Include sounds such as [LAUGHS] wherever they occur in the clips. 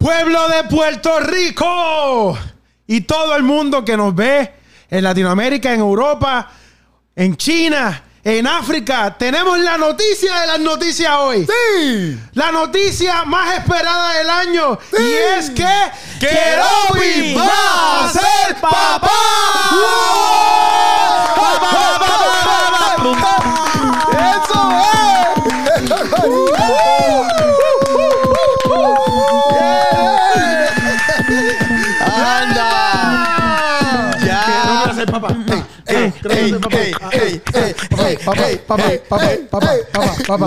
Pueblo de Puerto Rico y todo el mundo que nos ve en Latinoamérica, en Europa, en China, en África, tenemos la noticia de las noticias hoy. ¡Sí! La noticia más esperada del año Sí. y es que ¡Que Roby va a ser papá! ¡Eso es! ¡Anda! ¡Ya! ser papá. ¡Ey, ey, ey, ey, ey, ey, ey, ey, ey, ey, Wow.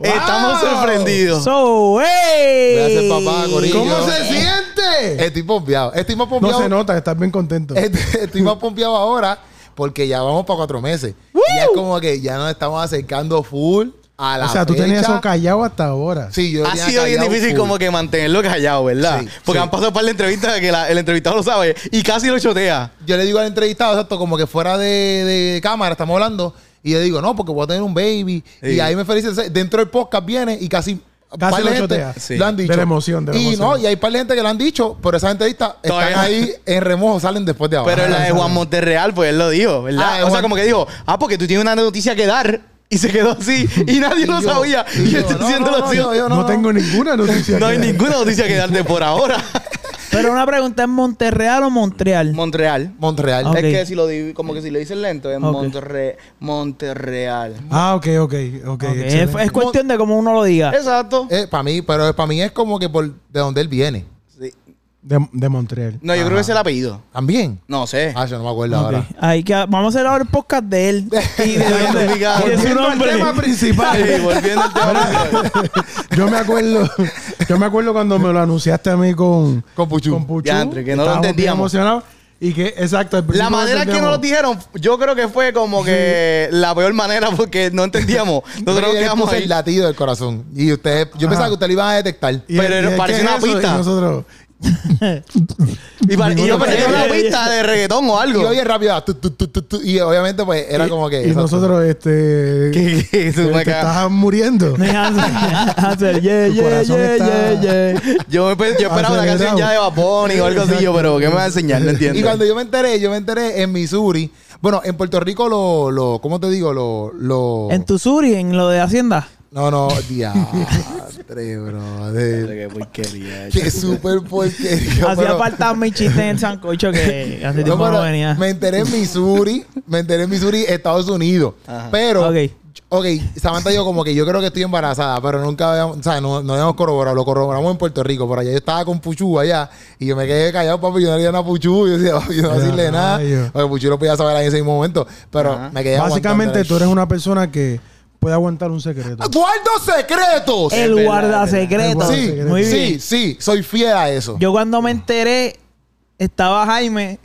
Estamos sorprendidos. So, hey. Gracias, papá, Corillo. ¿Cómo se siente? Estoy pompeado. Estoy más No pompeado. se nota, que estás bien contento. [LAUGHS] Estoy estoy más pompeado ahora porque ya vamos para cuatro meses. Y ya es como que ya nos estamos acercando full a la O sea, tú fecha. tenías eso callado hasta ahora. Sí, yo lo Ha tenía sido bien callado difícil full. como que mantenerlo callado, ¿verdad? Sí, Porque sí. han pasado un par de entrevistas que la- el entrevistado lo sabe y casi lo chotea. Yo le digo al entrevistado, exacto, como que fuera de, de cámara, estamos hablando. Y yo digo, no, porque voy a tener un baby. Y Sí. ahí me felicita. Dentro del podcast viene y casi... Casi par de lo gente chotea. Sí. Lo han De dicho. la emoción, de la y emoción. no, y hay par de gente que lo han dicho, pero esas entrevistas Todavía. están ahí en remojo, salen después de ahora. Pero la de Juan Monterreal, pues él lo dijo, Ah, ¿verdad? o Juan- sea, como que dijo, ah, porque tú tienes una noticia que dar y se quedó así y nadie Y lo yo- sabía. Y, yo, estoy no, diciendo no, lo no, sigo. yo- yo no, tengo ninguna noticia. [LAUGHS] No hay que dar. ninguna noticia que darte por ahora. Pero una pregunta, ¿es Monterreal o [LAUGHS] Montreal? Montreal. Montreal. Ah, ok. Ah, Es que si lo di- como que si lo dicen lento, es Ok. Monterre- Monterreal. Ah, ok, ok, ok. Ok, es, excelente. es cuestión de cómo uno lo diga. Exacto. para Eh, mí, pero para mí es como que por de donde él viene. Sí. de, de Montreal. No, yo creo que es el apellido. También. No sé. Ah, yo no me acuerdo Ok, ahora. ahí que, vamos a hacer ahora el podcast de él. Y de, dónde- y de su Volviendo al [LAUGHS] nombre. [LAUGHS] tema Sí, principal. volviendo al tema. yo me acuerdo, [LAUGHS] yo me acuerdo cuando me lo anunciaste a mí con, Con Puchu. con Puchu. Diantre, que no lo Estábamos bien entendíamos. emocionados y que, exacto. al La principio manera en que nos lo entendíamos. dijeron, yo creo que fue [LAUGHS] como que la peor manera porque no entendíamos. Nosotros nos Yo le quedamos puse ahí. el latido del corazón. Y ustedes, yo pensaba que ustedes lo iban a detectar. Y- pero y es que parecía una eso, pista. Y nosotros, Y, pa- y yo pensé que era una pista de reggaetón o Y algo. [LAUGHS] oye, rápido, tu, tu, tu, tu, tu, y obviamente pues era y- como que... Y exacto. nosotros, este. ¿Qué- qué? Eso te- me te caga. estás muriendo. [LAUGHS] Hansel, Hansel, yeah, Tu yeah, corazón yeah, está- yeah, yeah. Yo, me pe- yo esperaba una canción ya de Baboni o algo así, yo, pero ¿qué me va a enseñar? [LAUGHS] Y No entiendo. cuando [LAUGHS] yo me enteré, yo me enteré en Missouri. Bueno, en Puerto Rico lo, lo ¿cómo te digo? Lo, lo... En tu suri, en lo de Hacienda. No, no, diastre, [LAUGHS] brother. Qué porquería. Qué súper porquería. Hacía pero- falta mi chiste en el sancocho que hace No, tiempo no, pero venía. Me enteré en Missouri, me enteré en Missouri, Estados Unidos. Ajá. Pero, Ok. ok, Samantha dijo como que yo creo que estoy embarazada, pero nunca habíamos, o sea, no, no habíamos corroborado, lo corroboramos en Puerto Rico, por allá yo estaba con Puchu allá y yo me quedé callado, papi, yo no le dije nada a Puchu, yo decía, papi, yo no voy a decirle nada, Rayo. porque Puchu lo podía saber en ese mismo momento, pero me quedé Básicamente, aguantando. tú eres una persona que puede aguantar un secreto. Ah, ¡Guardo secretos! el verdad, guarda secreto. sí, Muy sí, bien. sí, soy fiel a eso. Yo cuando me enteré, estaba Jaime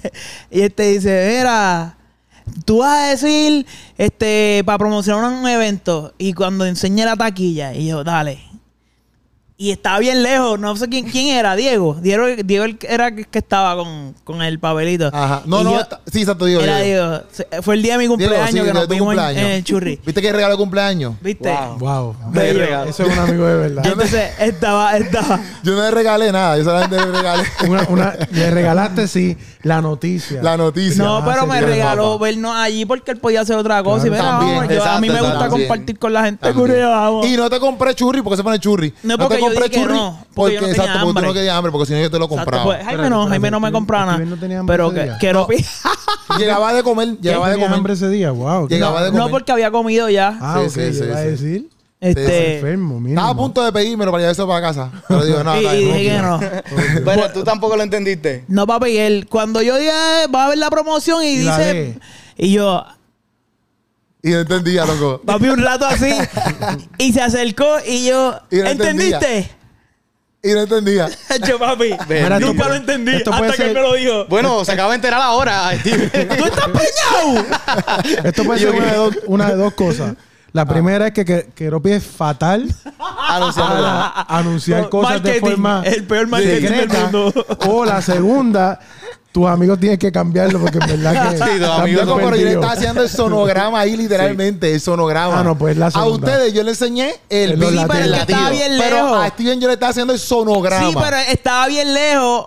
[LAUGHS] y este dice, mira, tú vas a decir, este, para promocionar un evento y cuando enseñé la taquilla, y yo, dale. Y estaba bien lejos, no sé quién, quién era, Diego. Diego, Diego el que- era el que estaba con, con el papelito. Ajá. No, Y no, yo- está- sí, exacto, digo. era digo. Diego. Se- Fue el día de mi Diego, cumpleaños sí, que digo, nos tu vimos en- en, cumpleaños. el churri. ¿Viste qué regalo de cumpleaños? ¿Viste? Wow. Wow. Bello. regalo. Ese es un amigo de verdad. Entonces estaba, estaba. Yo no le regalé nada, yo solamente [LAUGHS] le regalé Una- una- le regalaste, sí, la noticia. la noticia. Ah, No, pero me señor, regaló papá. vernos allí porque él podía hacer otra cosa. y Claro, mira, también, vamos, yo- a mí me exacto, gusta también. compartir con la gente. También. Curiosa, vamos. Y no te compré churri porque se pone churri. No, porque te yo compré dije que no, porque yo no tenía exacto, porque tú no hambre. querías hambre, porque si no yo te lo Exacto, compraba. pues, Jaime no, Espérate, Jaime no me espérate, compraba nada. Steven no tenía hambre pero ese que, día. que [LAUGHS] no, pi- pues. Llegaba de comer, llegaba de tenía comer. hambre ese día? Wow. Llegaba de comer. no porque había comido ya. Ah, Sí, ok, sí, yo sí, iba a sí. decir. este, Enfermo, mira. Estaba a punto de pedírmelo para llevarse para casa. Pero digo, no, [LAUGHS] y, está y bien. dije que no. Pero tú tampoco lo entendiste. No, papi, y él, cuando yo diga, eh, va a haber la promoción y Y la dice. lee. Y yo, Y no entendía, loco. papi, un [LAUGHS] rato así. y se acercó y yo, Y no entendía. ¿entendiste? [LAUGHS] Y [LAUGHS] no entendía. Yo, papi, Mira, esto nunca puede- lo entendí esto puede hasta que ser- él me lo dijo. Bueno, se acaba de enterar ahora, [LAUGHS] Steve. ¡Tú estás preñado! Esto puede ser una de, dos, una de dos cosas. La Ah. primera es que, que Keropi es fatal Ah, Anunciando la- Ah. para anunciar cosas de Marketing, forma el peor marketing del mundo. O la segunda Tus amigos tienen que cambiarlo porque en verdad que. Sí, tus están amigos bien Loco, pero yo le perdidos. estaba haciendo el [LAUGHS] sonograma ahí, literalmente, el sonograma. Ah, no, pues, la A segunda. ustedes yo le enseñé el En los beat latidos. pero del es que estaba latido. bien Pero lejos. a Steven yo le estaba haciendo el sonograma. Sí, pero estaba bien lejos.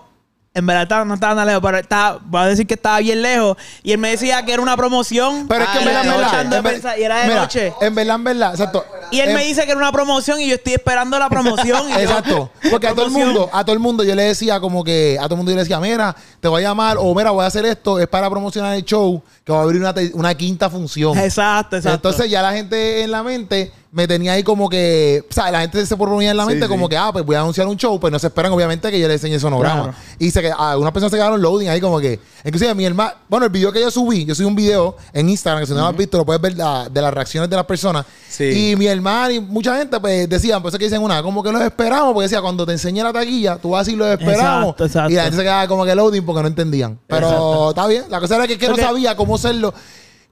En verdad estaba- no estaba tan lejos, pero estaba, voy a decir que estaba bien lejos. Y él me decía que era una promoción. Pero es que Y en yo verdad, en estaba verdad, tratando Ah, de en ver- pensar, Y era de mira, noche. En verdad, en verdad, exacto. Y él En- me dice que era una promoción y yo estoy esperando [LAUGHS] la promoción. y yo- Exacto. Porque a todo el mundo, a todo el mundo yo le decía como que, a todo el mundo yo le decía, mira, te voy a llamar, o mira, voy a hacer esto, es para promocionar el show, que va a abrir una, te- una quinta función. Exacto, exacto. Entonces ya la gente en la mente me tenía ahí como que, o sea, la gente se proponía en la Sí, mente sí. como que, ah, pues voy a anunciar un show, pues no se esperan obviamente que yo le enseñe el sonograma. Claro. Y se, qued- algunas personas se quedaron loading ahí como que, inclusive mi hermano, bueno, el video que yo subí, yo subí un video en Instagram, que si no lo has visto, lo puedes ver la- de las reacciones de las personas. Sí. Y mi hermano y mucha gente pues decían, por eso es que dicen una, como que los esperamos, porque decía, cuando te enseñé la taquilla, tú vas a decir los esperamos. Exacto, exacto. Y la gente se quedaba como que loading porque no entendían. Pero está bien, la cosa era que, que no Porque- sabía cómo hacerlo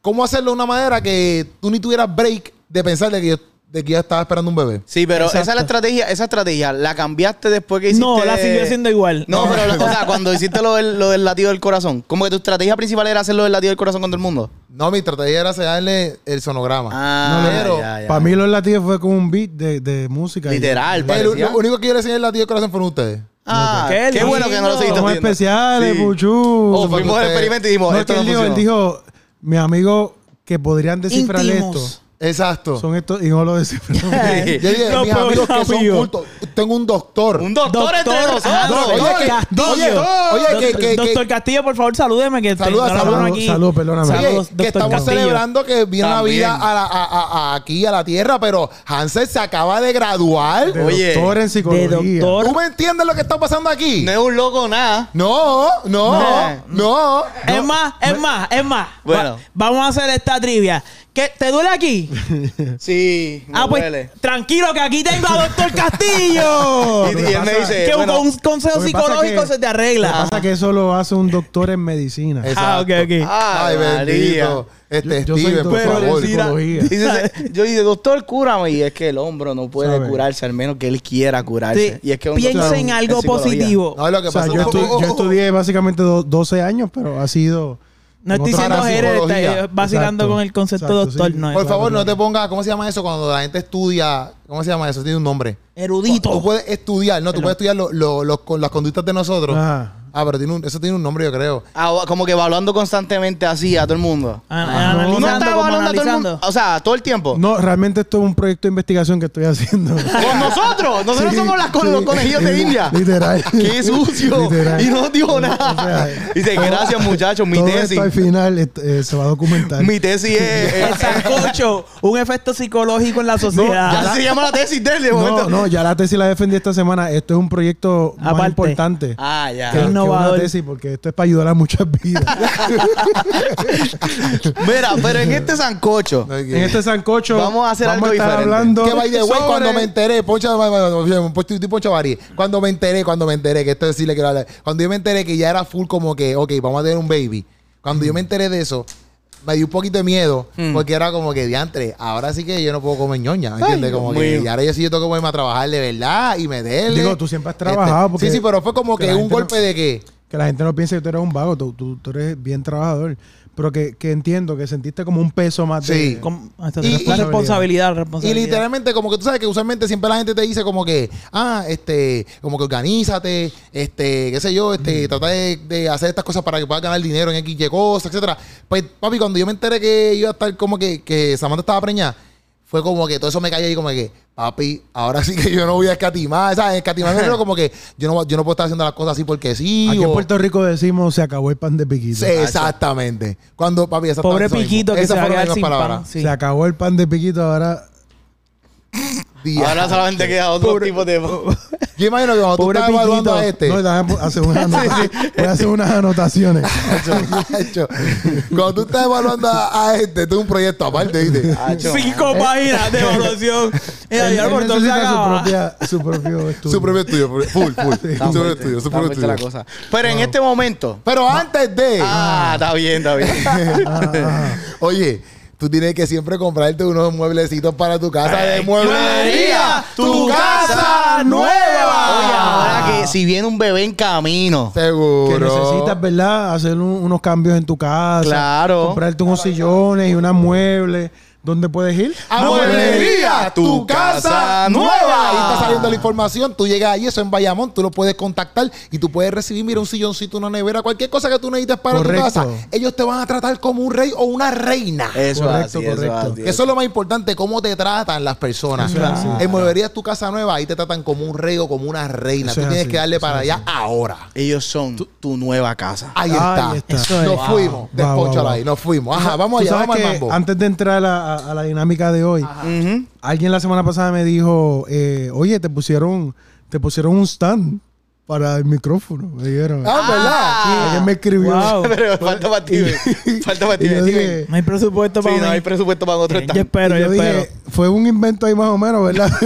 cómo hacerlo de una manera que tú ni tuvieras break de pensar de que yo, de que yo estaba esperando un bebé. Sí, pero esa es la Exacto. estrategia, esa estrategia, ¿la cambiaste después que hiciste? No, la siguió haciendo igual. No, pero [LAUGHS] la- o sea, cuando hiciste lo del, lo del latido del corazón, como que tu estrategia principal era hacer lo del latido del corazón con todo el mundo. No, mi estrategia era darle el sonograma. Ah, pero ya, ya. Para mí, los latidos fue como un beat de, de música. Literal, el- parecía. lo único que yo le enseñé el latido de corazón fueron ustedes. Ah, Qué qué, lindo. bueno que no lo seguiste Somos haciendo. especiales, Sí. Puchu. O Oh, fue fuimos al usted- experimento y dijimos, No, es esto que no él dijo, él funcionó. dijo, [LAUGHS] mi amigo, que podrían descifrar Íntimos. esto. Exacto. Son estos y no lo [LAUGHS] descifraron. yo dije, [LAUGHS] No, mis pero amigos que son amigo. cultos. Tengo un doctor. Un doctor, entre Doctor, nosotros. ajá, Doctor, oye, que- oye, Castillo. oye, que- Doctor- que- que- Doctor Castillo, por favor, salúdeme. Que Saluda, no lo saluda. vieron aquí. Salud, perdóname. Oye, Saludos, que doctor estamos Castillo. celebrando que viene la También. vida a la- a- a- a- aquí, a la tierra, pero Hansel se acaba de graduar. De Oye, doctor en psicología. de doctor. ¿Tú me entiendes lo que está pasando aquí? No es un loco nada. No, no, No. no. Em- Es más, es más, es más. Bueno. Va- vamos a hacer esta trivia. ¿Qué, ¿Te duele aquí? Sí, me ah, pues duele. tranquilo que aquí tengo a Doctor Castillo. [LAUGHS] Y, y él me pasa- dice, que bueno, con un consejo lo que pasa psicológico que- se te Lo que arregla. pasa es que eso lo hace un doctor en medicina. Es- Ah, ok, ok. ay, Ay, bendito. María. Este Yo- yo soy Steven, por doctor en favor. psicología. [LAUGHS] Dice, yo dije, doctor, cúrame. Y es que el hombro no puede ¿Sabe? curarse, al menos que él quiera Sí, curarse. Y es que es un piensa doctor en algo psicología. positivo. No, lo que O sea, pasa yo, es que- estu- yo estudié básicamente do- 12 años, pero ha sido... No estoy en otro- diciendo para Jerez, está psicología. eh, vacilando Exacto, con el concepto exacto, doctor. sí. No, Por es- favor, no te pongas, ¿cómo se llama eso? Cuando la gente estudia, ¿cómo se llama eso? Tiene un nombre. Tú erudito. puedes estudiar, no, tú puedes estudiar lo- lo- los- con las conductas de nosotros. Ajá. Ah, pero tiene un- eso tiene un nombre, yo creo. Ah, o- como que evaluando constantemente así a todo el mundo. Ah, Ah, no. analizando, ¿Tú no estás como evaluando a todo el analizando. mundo? O sea, todo el tiempo. No, realmente esto es un proyecto de investigación que estoy haciendo. Con [LAUGHS] nosotros. Nosotros Sí, somos las, con, sí. los [LAUGHS] conejillos de India. Literal. [LAUGHS] Qué sucio. Literal. Y no dijo O nada. sea, Dice, gracias, muchachos. Mi Todo tesis. esto al final est- eh, se va a documentar. Mi tesis [LAUGHS] es. El sancocho, un efecto psicológico en la Ya sociedad. se llama la tesis de él de No, momento. no, ya la tesis la defendí esta semana. Esto es un proyecto más Aparte. importante. Ah, ya. que- que innovador. una tesis, porque esto es para ayudar a muchas [LAUGHS] vidas. Mira, pero en este sancocho. No hay que- en este sancocho Vamos a hacer algo a estar diferente. hablando Que by the way, sobre- cuando me enteré, poncha, poncha, poncha Bari, cuando me enteré, cuando me enteré, que esto es decirle que hablar, cuando yo me enteré que ya era full como que, ok, vamos a tener un baby, cuando Mm. yo me enteré de eso, me dio un poquito de miedo, porque era como que diantre, ahora sí que yo no puedo comer ñoña, ¿entiendes? Ay, como Dios que mío. y ahora yo sí yo tengo que ponerme a trabajar de verdad y meterle. Este, Digo, tú siempre has trabajado, porque- sí, sí, pero fue como que que, la un gente no- golpe de que. Que la gente no piense que tú eres un vago, tú, tú- tú eres bien trabajador. Pero que, que entiendo que sentiste como un peso más de... Sí. Con- hasta Y- la y- responsabilidad, la Y responsabilidad. literalmente, como que tú sabes que usualmente siempre la gente te dice como que, ah, este, como que organízate, este, qué sé yo, este, trata de, de hacer estas cosas para que puedas ganar dinero en X, Y cosas, etcétera. Pues, papi, cuando yo me enteré que iba a estar como que, que Samantha estaba preñada, fue como que todo eso me cayó ahí como que, papi, ahora sí que yo no voy a escatimar, ¿sabes? Escatimar me refiero como que yo no, yo no puedo estar haciendo las cosas así porque sí. Aquí en o- Puerto Rico decimos, se acabó el pan de piquito. Sí, exactamente. Cuando, papi, exactamente Pobre eso mismo. Piquito que Esas se va a fueron las quedar sin mismas pan. palabras. Sí. Se acabó el pan de piquito, ahora... Diablo. Ahora solamente queda otro tipo [LAUGHS] de. Yo imagino que cuando tú Pobre estás evaluando piquito. a este. No, déjame hacer unas anotaciones. Voy a hacer unas anotaciones. [LAUGHS] Hacho, Cuando tú estás evaluando a, a este, tú es un proyecto aparte, [LAUGHS] ¿viste? Acho, Cinco páginas [LAUGHS] de evaluación. Mira, Eh. Él- ya, él por todo se necesita su, acaba. propia, su propio estudio. Su propio estudio, full, full. Su propio estudio, su propio Está fuerte la estudio. cosa. Pero en este momento. Pero antes de, Ah, está bien, está bien. Ah, oye, tú tienes que siempre comprarte unos mueblecitos para tu casa de mueblería. María, tu casa nueva. Oye, ahora que si viene un bebé en camino. Que Seguro. necesitas, ¿verdad? Hacer un- unos cambios en tu casa. Claro. Comprarte unos sillones y unas muebles. ¿Dónde puedes ir? A Mueblería, tu casa nueva. Ahí está saliendo la información. Tú llegas ahí, eso en Bayamón, tú lo puedes contactar y tú puedes recibir, mira, un silloncito, una nevera, cualquier cosa que tú necesites para Correcto. Eh, tu casa. Ellos te van a tratar como un rey o una reina. Eso Correcto, es así, eso es correcto. así. Eso es lo más importante, cómo te tratan las personas. Eso es así. En Mueblerías tu casa nueva, ahí te tratan como un rey o como una reina. Eso tú es tienes así, que darle eso para es allá ahora. Ellos son tu, tu nueva casa. Ahí Ahí está. está. Eso es. Nos Wow. fuimos. Despóchala wow, wow. ahí, nos fuimos. Ajá, vamos Tú allá, sabes vamos al que mambo. Antes de entrar a, a- a la dinámica de hoy, Ujú. alguien la semana pasada me dijo, eh, oye, te pusieron, te pusieron un stand para el micrófono. Me dijeron. Ah, ¿verdad? Sí, alguien me escribió. [LAUGHS] Wow. Pero falta para ti. güey. Falta para ti. Y yo Steven. dije, [LAUGHS] No hay presupuesto Sí, para no mí. hay presupuesto para otro Yo stand. espero, y yo, yo espero. dije, fue un invento ahí más o menos, ¿verdad? [LAUGHS]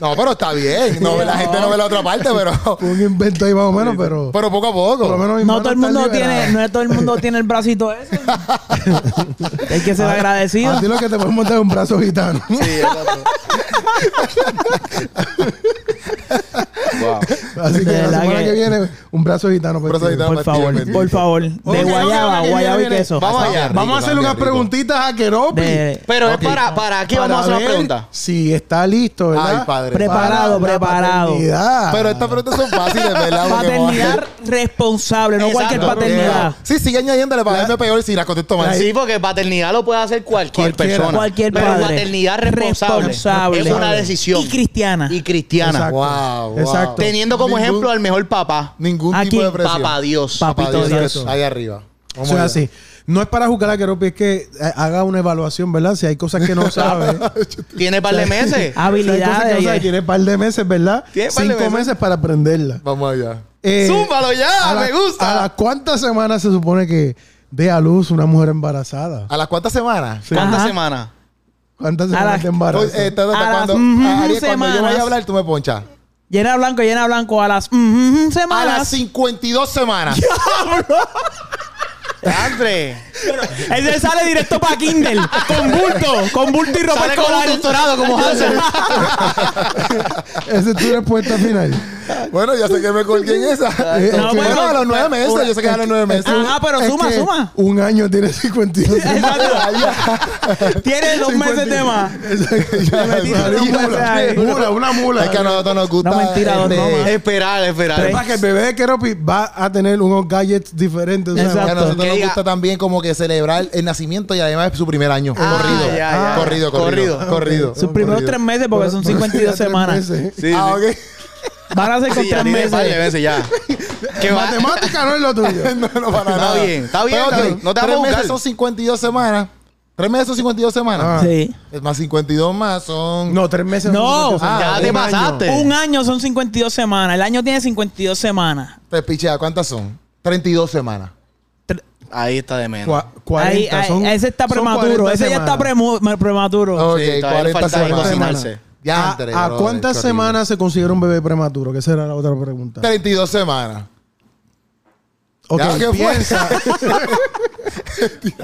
No, pero está bien. No, la gente no ve la otra parte, pero, fue un invento ahí más o menos, pero... pero poco a poco. por lo menos mi No mano todo, el está mundo liberada. tiene, no todo el mundo tiene [LAUGHS] el bracito ese. hay que Ah, ser agradecido. A ti lo que te puedes montar es un brazo gitano. Sí, exacto. wow. [LAUGHS] Así que De la verdad semana que- que viene, un brazo gitano. pues, brazo tío. gitano. Por favor, por favor. De Ok, ok, guayaba, ok, guayaba y viene, queso. Vamos Está allá. bien Vamos a rico, hacer está unas bien rico. preguntitas a Keropi. De- [LAUGHS] Pero Ok. es para, para qué vamos a para hacer las ver preguntas. Si está listo, ¿verdad? Ay, padre. Preparado, Para la preparado. paternidad. Pero estas preguntas son fáciles, ¿verdad? Porque Paternidad responsable, no cualquier Exacto. [LAUGHS] paternidad. [LAUGHS] Sí, sigue añadiéndole para verme peor si la contesto mal. Sí, porque paternidad lo puede hacer cualquier Cualquiera. persona. Cualquier Pero padre. paternidad responsable, Responsable. es una decisión. Y cristiana. Y cristiana. Exacto. Wow, wow. Exacto. Teniendo como Ningún- ejemplo al mejor papá. Ningún Aquí, tipo de presión. Papá Dios. Papá. Papá Papito Dios, Dios. Ahí arriba. Vamos Eso es allá. así. No es para juzgar a Keropi, es que eh, haga una evaluación, ¿verdad? Si hay cosas que no sabe. Tiene par de meses. Si hay cosas que no sabe, Habilidades. tiene un par de meses, ¿verdad? Tiene par de Cinco meses. meses para aprenderla. Vamos allá. Eh, Zúmbalo ya, a la- me gusta. ¿A las cuántas semanas se supone que dé a luz una mujer embarazada? ¿A las cuántas semanas? Sí. ¿Cuántas Ajá. semanas? ¿Cuántas a semanas las- de embarazo? Oye, eh, ta- ta- ta- A las, cuando, mm, a- Ariel, cuando yo semanas. vaya a hablar, tú me ponchas. Llena blanco, llena blanco a las mm, mm, A las semanas. 52 [LAUGHS] semanas. Andre. Él se sale directo para Kindle. Con bulto. Con bulto y ropa Sale con un pues escolar. doctorado como Hansel. [LAUGHS] Esa es tu respuesta final. bueno, ya sé que me colgué en [LAUGHS] esa. Ah, Eh, No, bueno, pero- a los nueve meses. Yo sé que a los nueve meses. [LAUGHS] Ajá, pero Es suma, que suma. Un año tiene 52 semanas. Exacto. Tiene dos meses de más. Una no puede ser ahí. mula, una mula. Es que a nosotros nos gusta. No, mentira, este, no, no, Esperar, esperar. Tres. Para que el bebé de Keropi va a tener unos gadgets diferentes. o sea, Que a Exacto. nosotros Que nos diga- gusta también como que celebrar el nacimiento y además su primer año. Ah, corrido, ya, ya. corrido, corrido, corrido, Corrido. Sus primeros corrido. tres meses, porque son 52 tres semanas. [LAUGHS] meses. Sí, Ah, sí. ok. [LAUGHS] Van a ser con Sí, ya tres tiene par de meses. veces ya. Que va- Matemática no es lo [LAUGHS] tuyo. no, no, para Está nada. bien, está bien, Pero, está ok, bien. No te Tres vamos a meses juzgar. son 52 semanas. Tres meses son 52 semanas. Ah. Sí. Es más 52 más son... No, tres meses. No, son 52 ah, semanas. ya te Un año. pasaste. Un año son 52 semanas. El año tiene 52 semanas. Te pichea, ¿cuántas son? 32 semanas. Ahí está de menos. Cua- 40, Ahí- ahí- son- ese está son prematuro. 40 Ese ya está semanas. premu- prematuro. Ok, todavía le 40 falta semanas. vacinarse. Ya, entre, Ah, ¿A, a brother, cuántas qué horrible. semanas se considera un bebé prematuro? Que esa era la otra pregunta. 32 semanas. Ok, Ya, ¿qué fue? piensa. pi-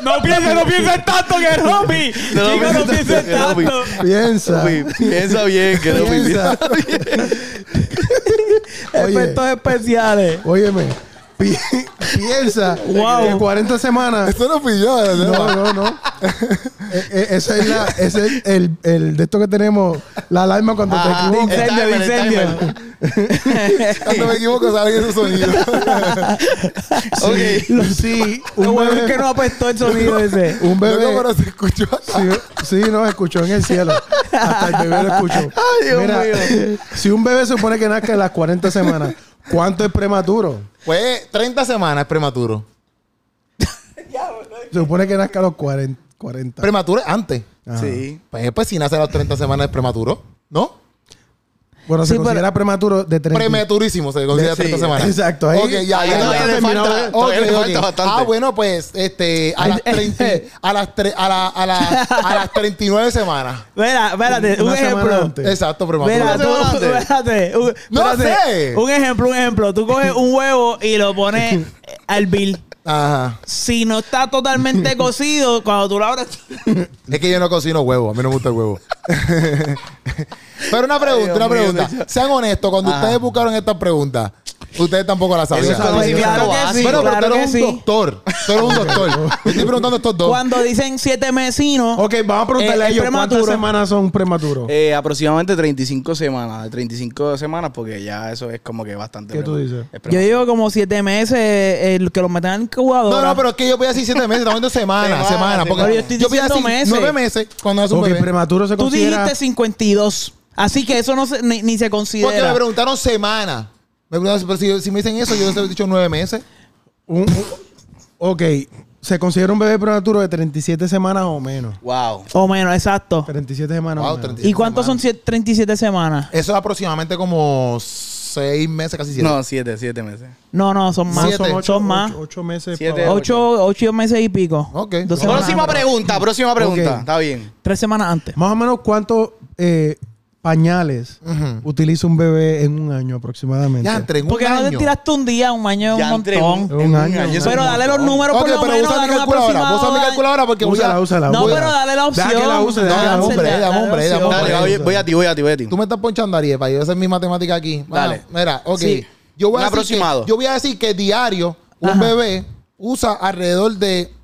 No pienses, no pienses tanto que es Ropi. No, Chico, no no pienses pienses tanto que tanto. piensa. Uy, Piensa bien, que no Piensa. Oye, Efectos especiales. óyeme. pi- piensa Wow. que 40 semanas [LAUGHS] Eso no fui yo. ¿verdad? No, no, no. E- e- esa es la, ese es el, el de esto que tenemos, la alarma cuando Ajá. te equivocas. El Incendio, timer, el incendio. timer. Cuando me equivoco salen [LAUGHS] esos sonidos. Ok. Sí, sí, Lo un bueno es que bebé, no apestó el sonido ese. [LAUGHS] un bebé- Loco, pero se escuchó acá. sí, sí, no, escuchó en el cielo. Hasta el bebé lo [LAUGHS] escuchó. Ay, Dios mío. si un bebé se supone que nazca a las 40 semanas, ¿cuánto es prematuro? Pues 30 semanas es prematuro. Se supone que nazca a los 40. 40. Prematuro es antes. Ajá. Sí. Pues, pues si nace a las 30 semanas es prematuro, ¿no? Bueno, se Sí, pero- considera prematuro de 30. Prematurísimo se considera Sí, 30 semanas. exacto, ahí- Ok, ya, ya, Ahí ya. todavía le terminado, falta, eh. todavía le Ok, falta ok. bastante. Ah, bueno, pues este, a las 30, eh. a las tre- a la- a la- a [LAUGHS] las 39 semanas. Mira, espérate, un Una semana ejemplo. antes. Exacto, Mira, prematuro. tú, [LAUGHS] ¿Una semana antes? espérate, un, No espérate. sé. [LAUGHS] Un ejemplo, un ejemplo. Tú coges un huevo y lo pones al bil. Ajá. Si no está [LAUGHS] totalmente cocido, cuando tú lo abres. Es que yo no cocino huevo, a mí no me gusta el [LAUGHS] huevo. Pero una pregunta, Dios una mío, pregunta. Nacho. Sean honestos, cuando Ajá. ustedes buscaron estas preguntas, ustedes tampoco las sabían. Eso es Bueno, conocimiento pues, Claro que básico. sí, pero claro tú que eres un sí. doctor. Tú eres un doctor. Yo estoy preguntando a estos dos. Cuando dicen siete vecinos, Ok, vamos a preguntarle Eh, a ellos es cuántas prematuro. semanas son prematuros. Eh, aproximadamente 35 semanas. De 35 semanas, porque ya eso es como que bastante. ¿Qué tú prema- dices? es yo prema- digo como siete meses eh, que lo metan en incubadora. No, no, pero es que yo voy a decir siete meses, estamos viendo semanas, Semana, semanas. Porque pero yo estoy voy a diciendo decir meses. nueve meses cuando nace un Ok, bebé. prematuro se Tú considera... dijiste 52. Así que eso no se- ni, ni Porque se me considera. preguntaron semana. Me preguntaron, pero si, si me dicen eso, yo les he dicho nueve meses. un- un- ok, se considera un bebé prematuro de 37 semanas o menos. Wow. O menos, exacto. 37 semanas Wow, o menos. 37. ¿Y cuántos son siete- 37 semanas? Eso es aproximadamente como seis meses, casi siete. No, 7, 7 meses. No, no, son más. Siete. Son, Son ocho, 8 más. meses. Siete. para abajo. Ocho, ocho meses y pico. Ok. Dos Ahora semanas próxima antes. pregunta, próxima pregunta. Ok. Está bien. Tres semanas antes. Más o menos cuántos eh, pañales Ujú. utiliza un bebé en un año aproximadamente. Ya entre en un Porque no te año. tiraste un día, un año, un Ya entre montón. un- Un año, eso es Pero un dale los montón. números Ok, por lo pero menos. usa mi dale un calculadora. Usa mi aproximado. calculadora porque voy Úsala, a... úsala. No, úsala. pero dale la opción. Deja que la use, deja que la Dame, use. hombre, dale, dame, dale, hombre, dame, dale, hombre. Dale, voy, voy a ti, voy a ti, voy a ti. Tú me estás ponchando Ariepa, yo esa es mi matemática aquí. Bueno, Dale. Mira, ok. Sí. Yo, voy a Un decir aproximado. que- yo voy a decir que diario un Ajá. bebé usa alrededor de siete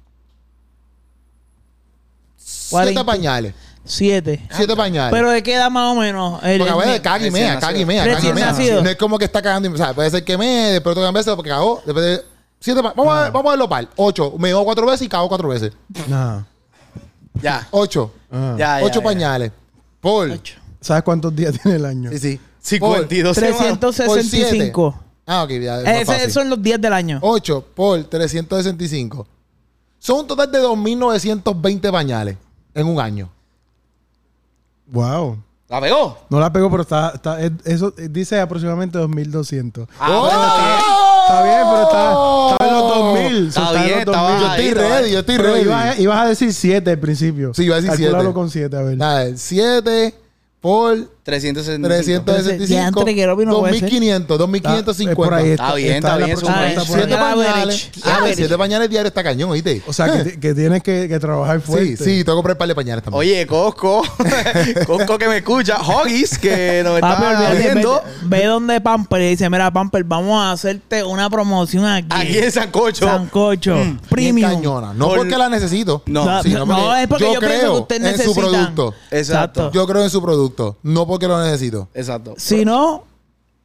Cuarenta. pañales. Siete. Siete pañales. Pero de qué edad más o menos. El- porque a veces el- caga y recién mea, nacido. caga y mea, caga y Recién mea. nacido. No es como que está cagando y o sea, Puede ser que mee, después otro veces porque cagó. después de- siete pa- vamos, a ver, vamos a verlo par. Ocho. Meó cuatro veces y cagó cuatro veces. Nah. Ya. Ocho. Ah. Ya, ya, Ocho ya. pañales. Por. ¿Sabes cuántos días [LAUGHS] tiene el año? Sí, sí. 52 semanas. 365. Ah, ok, ya. es más Eh, Ese- fácil. Oh, Esos son los días del año. 8 por 365. Son un total de 2.920 pañales en un año. Wow. ¿La pegó? No la pego, pero está, está- es- eso eh, dice aproximadamente 2200. Ah, Oh. bueno, está bien. Está bien, pero está, está en los 2000. Está so, bien, en los 2000. estaba Yo estoy Ahí está, ready, ahí. yo estoy Pero ready. ibas, ibas a decir 7 al principio. Sí, iba a decir Calculalo siete. con 7, a ver. eh, Nada, 7 por 365. 365. Ya, antes de que Robbie no puede ser. 2.500, Está- es 2.550. Ah, pues por ahí, Está bien, está la bien, eso próxima, está está por bien. ahí. Siete 7 Average. pañales. Average. 7 pañales Ah, diarios está cañón, ¿oíste? O [LAUGHS] sea, que, que tienes que, que trabajar Sí, fuerte. sí, tengo que comprar un par de pañales también. Oye, Cosco, Cosco que me escucha, Hoggies que pues nos Papi, está olvídate, viendo ve, ve donde Pamper y dice, mira Pamper, vamos a hacerte una promoción aquí. aquí en Sancocho. Sancocho. Mm, Bien Premium. cañona. No Por- porque la necesito. No, No, sino no, porque es porque yo, pienso que ustedes en necesitan. su producto. Exacto. Yo creo en su producto, no porque lo necesito. Exacto. Si no,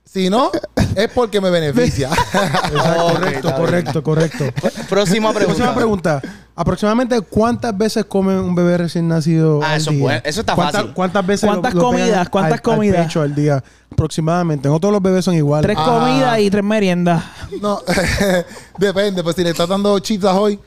Si no, es porque me beneficia. Exacto, Ok, correcto, está correcto, correcto. Próxima pregunta. [LAUGHS] Próxima pregunta. Aproximadamente, ¿cuántas veces come un bebé recién nacido? Ah, al eso día? puede- eso está ¿Cuántas- fácil. ¿Cuántas veces? ¿Cuántas pegan comidas? al- ¿Cuántas al comidas? pecho al día, aproximadamente. No todos los bebés son iguales. tres Ah. comidas y tres meriendas. no, [LAUGHS] depende, pues si le estás dando chitas hoy.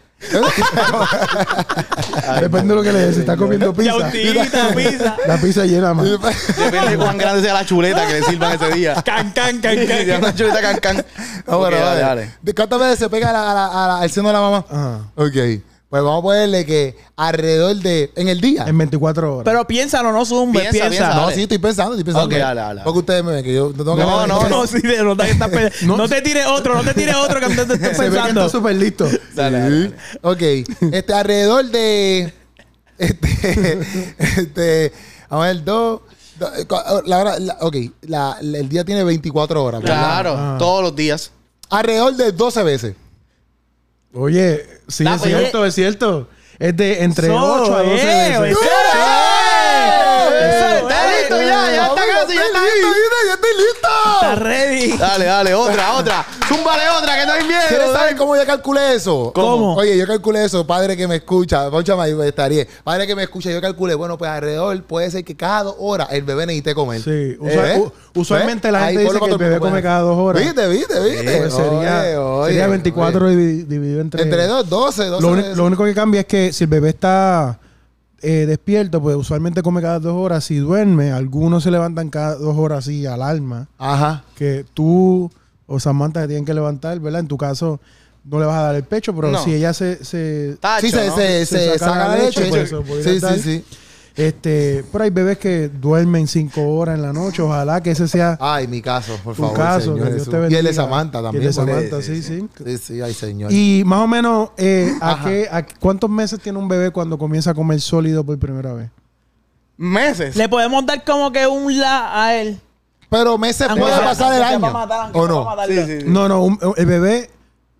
Ah, Depende de lo que le des. Si está comiendo pizza, Yautita, pizza. la pizza llena más. Depende de cuán grande sea la chuleta que le sirvan ese día. Can, can, can, [LAUGHS] can. Una chuleta can, can. [LAUGHS] No, Ok, pero dale, vale. dale. ¿De ¿Cuántas veces se pega a la- a la- a la- al seno de la mamá? Ajá. Ok. Pues vamos a ponerle que alrededor de. en el día. En 24 horas. Pero piénsalo, no zumbe, Piensa, piensa. piensa. no, dale. sí, estoy pensando, estoy pensando. Ok, dale, dale. Porque ustedes me ven que yo no tengo que No, ver- no, No, sí, de verdad que estás pe- no te tires otro, no te tires otro que antes te estoy se ve que está pensando. súper listo. Dale, dale, dale. Ok. Este, alrededor de. [LAUGHS] Este. este. A ver, dos. dos- ah, La hora. la- ok. La, la- el día tiene 24 horas. ¿verdad? Claro, todos los días. Alrededor de 12 veces. Oye, sí, Da, es pues, cierto, es cierto. Es de entre So, 8 a 12 eh, veces. oye. ¡Eh! Está listo ya, ya está casi, ya está listo. ¡Ya estoy Está listo! ready. Dale, dale, otra, otra. Zúmbale otra, que no hay miedo. ¿Quieres dale. saber cómo yo calculé eso? ¿Cómo? Oye, yo calculé eso, padre que me escucha, ponchame ahí, estaría. Padre que me escucha, yo calculé, bueno, pues alrededor puede ser que cada dos horas el bebé necesite comer. Sí, ¿Eh? usual- ¿Ves? u- usualmente la Ahí gente dice ponlo que el para todo bebé mundo. come cada dos horas. Viste, viste, viste. Pues sería, Oye, oye, sería 24 oye. divi- dividido entre... Entre dos, 12, 12. Lo, uni- veces. lo único que cambia es que si el bebé está eh, despierto, pues usualmente come cada dos horas. Si duerme, algunos se levantan cada dos horas así al alma. Ajá. Que tú o Samantha se tienen que levantar, ¿verdad? En tu caso, no le vas a dar el pecho, pero No. si ella se... se Tacho, sí, se, ¿no? se, Se saca se la saca la leche, pues, leche. por eso podría sí, estar. sí, sí. Este, pero hay bebés que duermen cinco horas en la noche. Ojalá que ese sea Ay, mi caso, Ah, por Tu favor. caso, Señor que Dios Jesús. te Y el bendiga. de Y Samantha el también. de porque- Samantha, sí, sí. Sí, sí, ay, señor. Y más o menos, eh, ¿a, Ajá. qué, a qué- ¿cuántos meses tiene un bebé cuando comienza a comer sólido por primera vez? Meses. Le podemos dar como que un la a él. Pero meses Aunque puede sea- pasar el aunque sea año. pa' matar, aunque ¿O sea pa' no? matarlo. Sí, sí. No, no, un- el bebé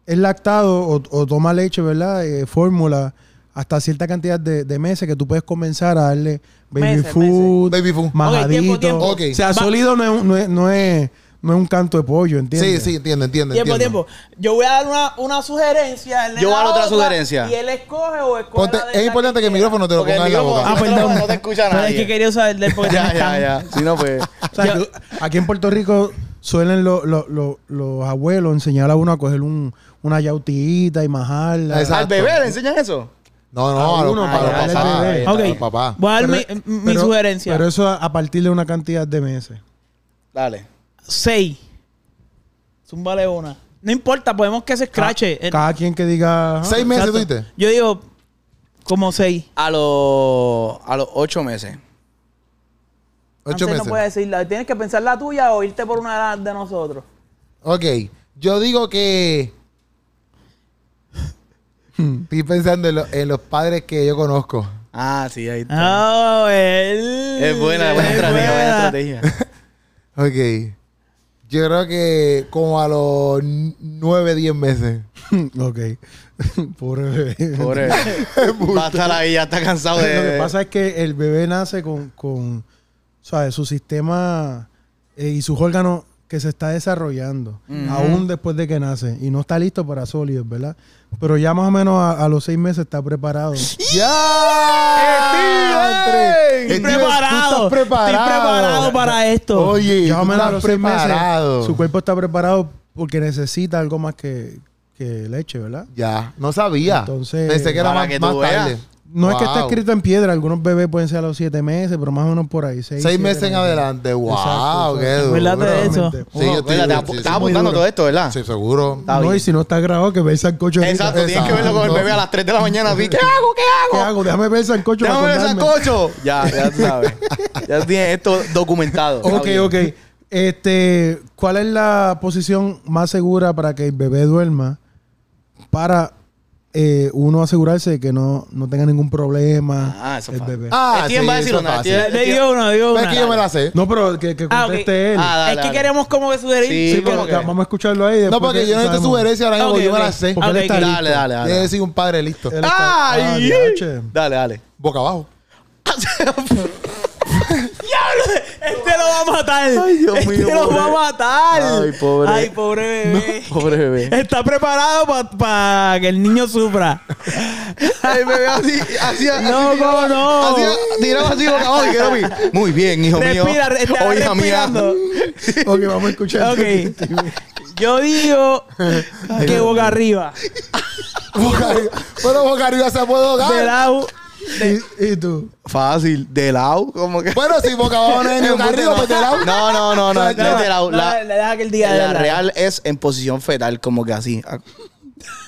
es lactado o, o toma leche, ¿verdad? Eh, fórmula hasta cierta cantidad de, de meses que tú puedes comenzar a darle baby Meses, food, meses. Baby food. majadito. Ok, tiempo, tiempo. O sea, Va- sólido no es, un- no es- no es- no es un canto de pollo, ¿entiendes? Sí, sí, entiendo, entiendo. Tiempo, entiendo. tiempo. Yo voy a dar una, una sugerencia. él le Yo da voy a dar otra sugerencia. Y él escoge o escoge. Ponte- la de es la importante que el quiera. micrófono te lo Porque el ponga en la micrófono- boca. Ah, no te lo- perdón. No te escucha Pero es que nadie. quería saber de él [LAUGHS] porque Ya, no ya, están- ya. Si no, pues. O sea, Yo- tú- aquí en Puerto Rico suelen lo- lo- lo- los abuelos enseñar a uno a coger un- una yautita y majarla. Exacto. ¿Al bebé le enseñan eso? No, A no, a los- uno, a los para darle papás, al bebé. a los Ok. papás. Voy a dar mi, Pero- mi pero- sugerencia. Pero eso a, a partir de una cantidad de meses. Dale. Seis. Zúmbale una. No importa, podemos que se escrache. Eh, Cada quien que diga. ajá. Seis meses, exacto. ¿tuviste? Yo digo como seis. A los. A los ocho meses. Ocho Ansel meses. no puede decirla. Tienes que pensar la tuya o irte por una de las de nosotros. Ok, yo digo que. Estoy pensando en, lo- en los padres que yo conozco. Ah, sí, ahí está. Ah, él. Es buena, buena Es estrategia, buena buena. estrategia. Ok. Yo creo que como a los n- nueve, diez meses. [LAUGHS] ok. Pobre bebé. [LAUGHS] Pobre. Va a estar ahí, ya está cansado [LAUGHS] de. Lo que pasa es que el bebé nace con, con ¿sabes? su sistema eh, y sus órganos que se está desarrollando, aún después de que nace, y no está listo para sólidos, ¿verdad? Pero ya más o menos a, a los seis meses está preparado. ¡Ya! Estoy preparado. Estás preparado. Estoy preparado para esto. Oye, ya más o tú menos a estás los seis preparado. meses su cuerpo está preparado porque necesita algo más que, que leche, ¿verdad? Ya, no sabía. Entonces- Pensé que era Para más, que tú más veas. tarde. No es que esté Wow. escrito en piedra, algunos bebés pueden ser a los siete meses, pero más o menos por ahí. Seis, Seis siete meses en adelante. ¡Wow! Exacto, ¡Qué exacto. duro! Acuérdate de eso. Sí, Ojo, yo estoy- espérate, sí, sí, estás muy apuntando duro. todo esto, ¿verdad? Sí, seguro. Está no, bien. y si no está grabado, que ve el sancocho. ahorita. Exacto, tienes que Exacto. verlo con el bebé a las 3 de la mañana. [LAUGHS] Así, "Ah, ¿Qué hago? ¿Qué hago? "Ah, ¿Qué hago? Déjame ver el sancocho. Déjame para ver acordarme. sancocho. Ya, ya tú sabes. Ya tienes esto documentado. Está Ok, bien. ok. Este, ¿cuál es la posición más segura para que el bebé duerma? Para eh, uno asegurarse de que no, no tenga ningún problema Ah, eso el fácil. bebé. Ah, ¿Quién va a decir eso es una? fácil. ¿Quién- Le digo una, le digo Pero una. Es que yo me la sé. No, pero que, que Ah, ok. conteste él. Ah, Es dale, que dale. queremos como que sugerir. Sí, sí, como porque que- vamos a escucharlo ahí. No, después porque que yo no necesito sabemos. sugerencia ahora mismo, Ok, porque yo me ok. la sé. Porque él Ok, está listo. Dale, dale, Debe dale. decir un padre listo. Él está- ah, ¡Ay! diache. Dale, [LAUGHS] dale. Boca abajo. [LAUGHS] Este lo va a matar. Ay, Dios este mío, lo pobre. va a matar. Ay, pobre. Ay, pobre bebé. Pobre bebé. Está preparado para que el niño sufra. El bebé así, así, así. No, tiraba- cómo no. Así, tiraba así boca abajo y quedó bien. Muy bien, hijo mío. Respira, está O hija mía. respirando. [LAUGHS] Ok, vamos a escuchar. Ok. Yo digo que boca arriba. Boca arriba. Bueno, boca arriba se puede De ahogar. lado. ¿Y, y tú? Fácil, de lado, como que. Bueno, si boca abajo [LAUGHS] no es ni boca arriba, pues de lado. No, no, no, no, no es de lado. No, La, le deja que el día de la real es en posición fetal, como que así. [LAUGHS]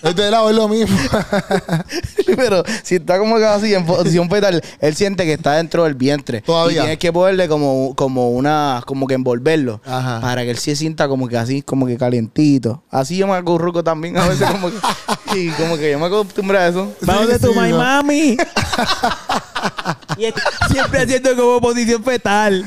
Es de Este lado, es lo mismo. Pero si está como que así en posición fetal, él siente que está dentro del vientre. Todavía. Y tienes que ponerle como, como una, como que envolverlo. Ajá. Para que él se sienta como que así, como que calientito. Así yo me acurruco también a veces como que. [LAUGHS] Y como que yo me acostumbro a eso. Vamos de Sí, tu sí, my no. mami. y es- siempre haciendo como posición fetal.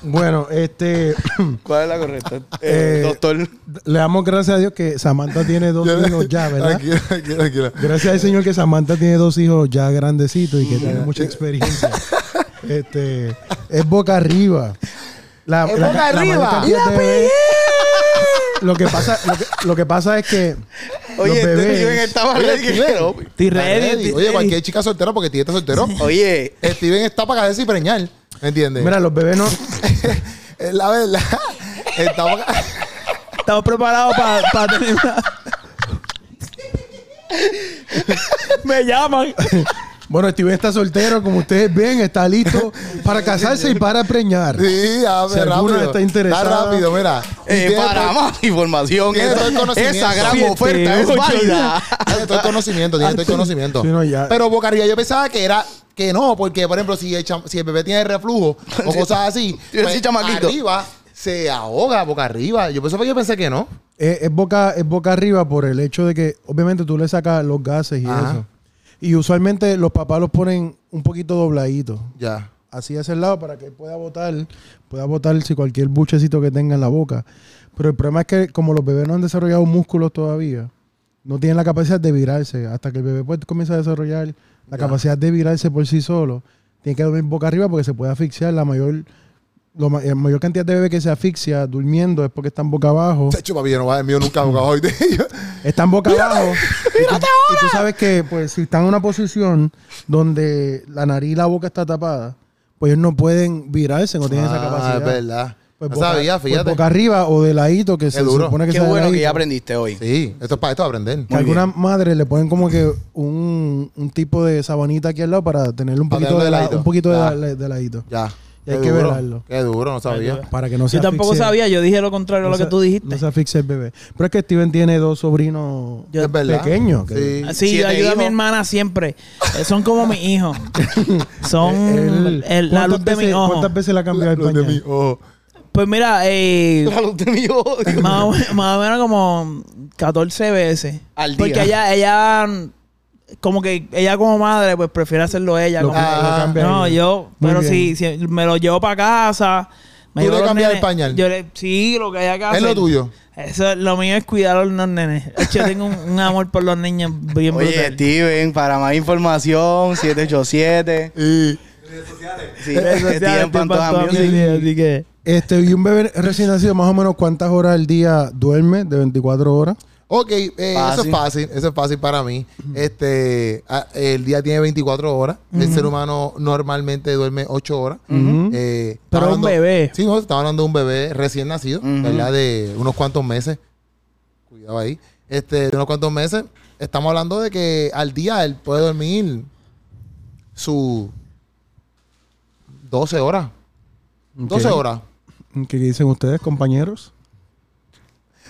Bueno, este. [CLEARS THROAT] ¿Cuál es la correcta? Eh, Eh, doctor. Le damos gracias a Dios que Samantha tiene dos hijos [LAUGHS] ya, ¿verdad? Tranquila, tranquila, tranquila. Gracias al Señor que Samantha tiene dos hijos ya grandecitos y que tiene mucha [LAUGHS] experiencia. Este, es boca arriba. La, Es boca arriba. mayor cantidad de bebés- Lo que pasa, lo que, lo que pasa es que Oye, los este Steven bebés. estaba Oye, ready. Steven. pero- Estoy Está ready, ready. estoy Oye, ready. cualquier chica soltera, porque Titi está soltero. Oye. Steven está para caerse y preñar. ¿Me entiendes? Mira, los bebés no. [LAUGHS] Es la verdad. Está para... Estamos preparados para tener una. Me llaman. Bueno, Steven está soltero, como ustedes ven, está listo para casarse y para preñar. [LAUGHS] Sí, a ver, Si alguna rápido. está interesada. rápido, mira. eh, Tiene para [LAUGHS] todo- más [LAUGHS] información, tiene todo el esa, conocimiento. esa gran Siete, oferta es ocho, válida. [LAUGHS] Tiene todo el conocimiento, tiene todo el conocimiento. Sí, no, ya. Pero Boca Arriba, yo pensaba que era que no, porque por ejemplo, si el, cham- si el bebé tiene reflujo o cosas así, pues, Yo soy chamaquito. arriba se ahoga boca arriba. Yo por eso fue que yo pensé que no. Es, es boca, es boca arriba por el hecho de que obviamente tú le sacas los gases y Ajá. eso. Y usualmente los papás los ponen un poquito dobladitos. Ya. Así hacia el lado para que él pueda botar, pueda botar si cualquier buchecito que tenga en la boca. Pero el problema es que como los bebés no han desarrollado músculos todavía, no tienen la capacidad de virarse. Hasta que el bebé pues, comienza a desarrollar la capacidad de virarse por sí solo, tiene que dormir boca arriba porque se puede asfixiar. La mayor, lo ma- la mayor cantidad de bebés que se asfixia durmiendo es porque están boca abajo. Se chupa bien, no va el mío nunca ha jugado hoy. [LAUGHS] Están boca abajo. y, tú, y tú sabes que, pues, si están en una posición donde la nariz y la boca está tapada, pues ellos no pueden virarse, no tienen esa Ah, capacidad. es verdad. Pues No boca, sabía, pues fíjate. boca arriba o de ladito, que se duro. supone que Qué sea de bueno que ya ladito. aprendiste hoy. Sí, esto es para esto es aprender. Que algunas madres le ponen como que un, un tipo de sabanita aquí al lado para tenerle un Para poquito tenerlo de, de la- ladito. un poquito de, Ya. la- de ladito. Ya. Y hay Qué que duro. velarlo. Qué duro, no sabía. Para que no se Yo tampoco asfixie. sabía, yo dije lo contrario a lo No que se- tú No dijiste. se asfixie el bebé. Pero es que Steven tiene dos sobrinos Yo- es verdad. pequeños. que- Sí. Sí, Siete yo ayudo a mi hijos. hermana siempre. Eh, Son como mis hijos. Son Él- el- la ¿cuántas luz de veces- mi ojo. ¿Cuántas veces la ha cambiado el Los de pañal? mi ojo. Pues mira, eh, [LAUGHS] La luz de mi ojo. más, o, men- más o menos como 14 veces. Al Porque día. ella, ella, mm, como que ella como madre, pues prefiere hacerlo ella. Lo- como lo Ah, cambia No, ella. yo, Muy pero bien. si, si me lo llevo para casa. Me ¿Tú llevo le los cambias el nenes, pañal? Yo le, sí, lo que haya Es que Ah, hacer. lo tuyo. Eso, es- lo mío es cuidar a los nenes. Yo tengo un, un amor por los niños bien Oye, brutal. Steven, para más información, 787. Y Sí, Redes [LAUGHS] sociales, Steven Steven Pantoja Pantoja Music. Music, así que- Este, y un bebé recién nacido, más o menos, ¿cuántas horas al día duerme? De 24 horas. Ok, eh, eso es Fácil. fácil, eso es fácil para mí. Este, a- el día tiene 24 horas. El ser humano normalmente duerme 8 horas. Eh, estaba Pero un hablando- bebé. Sí, no, estaba hablando de un bebé recién nacido, Ujú. ¿verdad? De unos cuantos meses. Cuidado ahí. Este, de unos cuantos meses. Estamos hablando de que al día él puede dormir sus 12 horas. 12 Ok. horas. ¿Qué dicen ustedes, compañeros?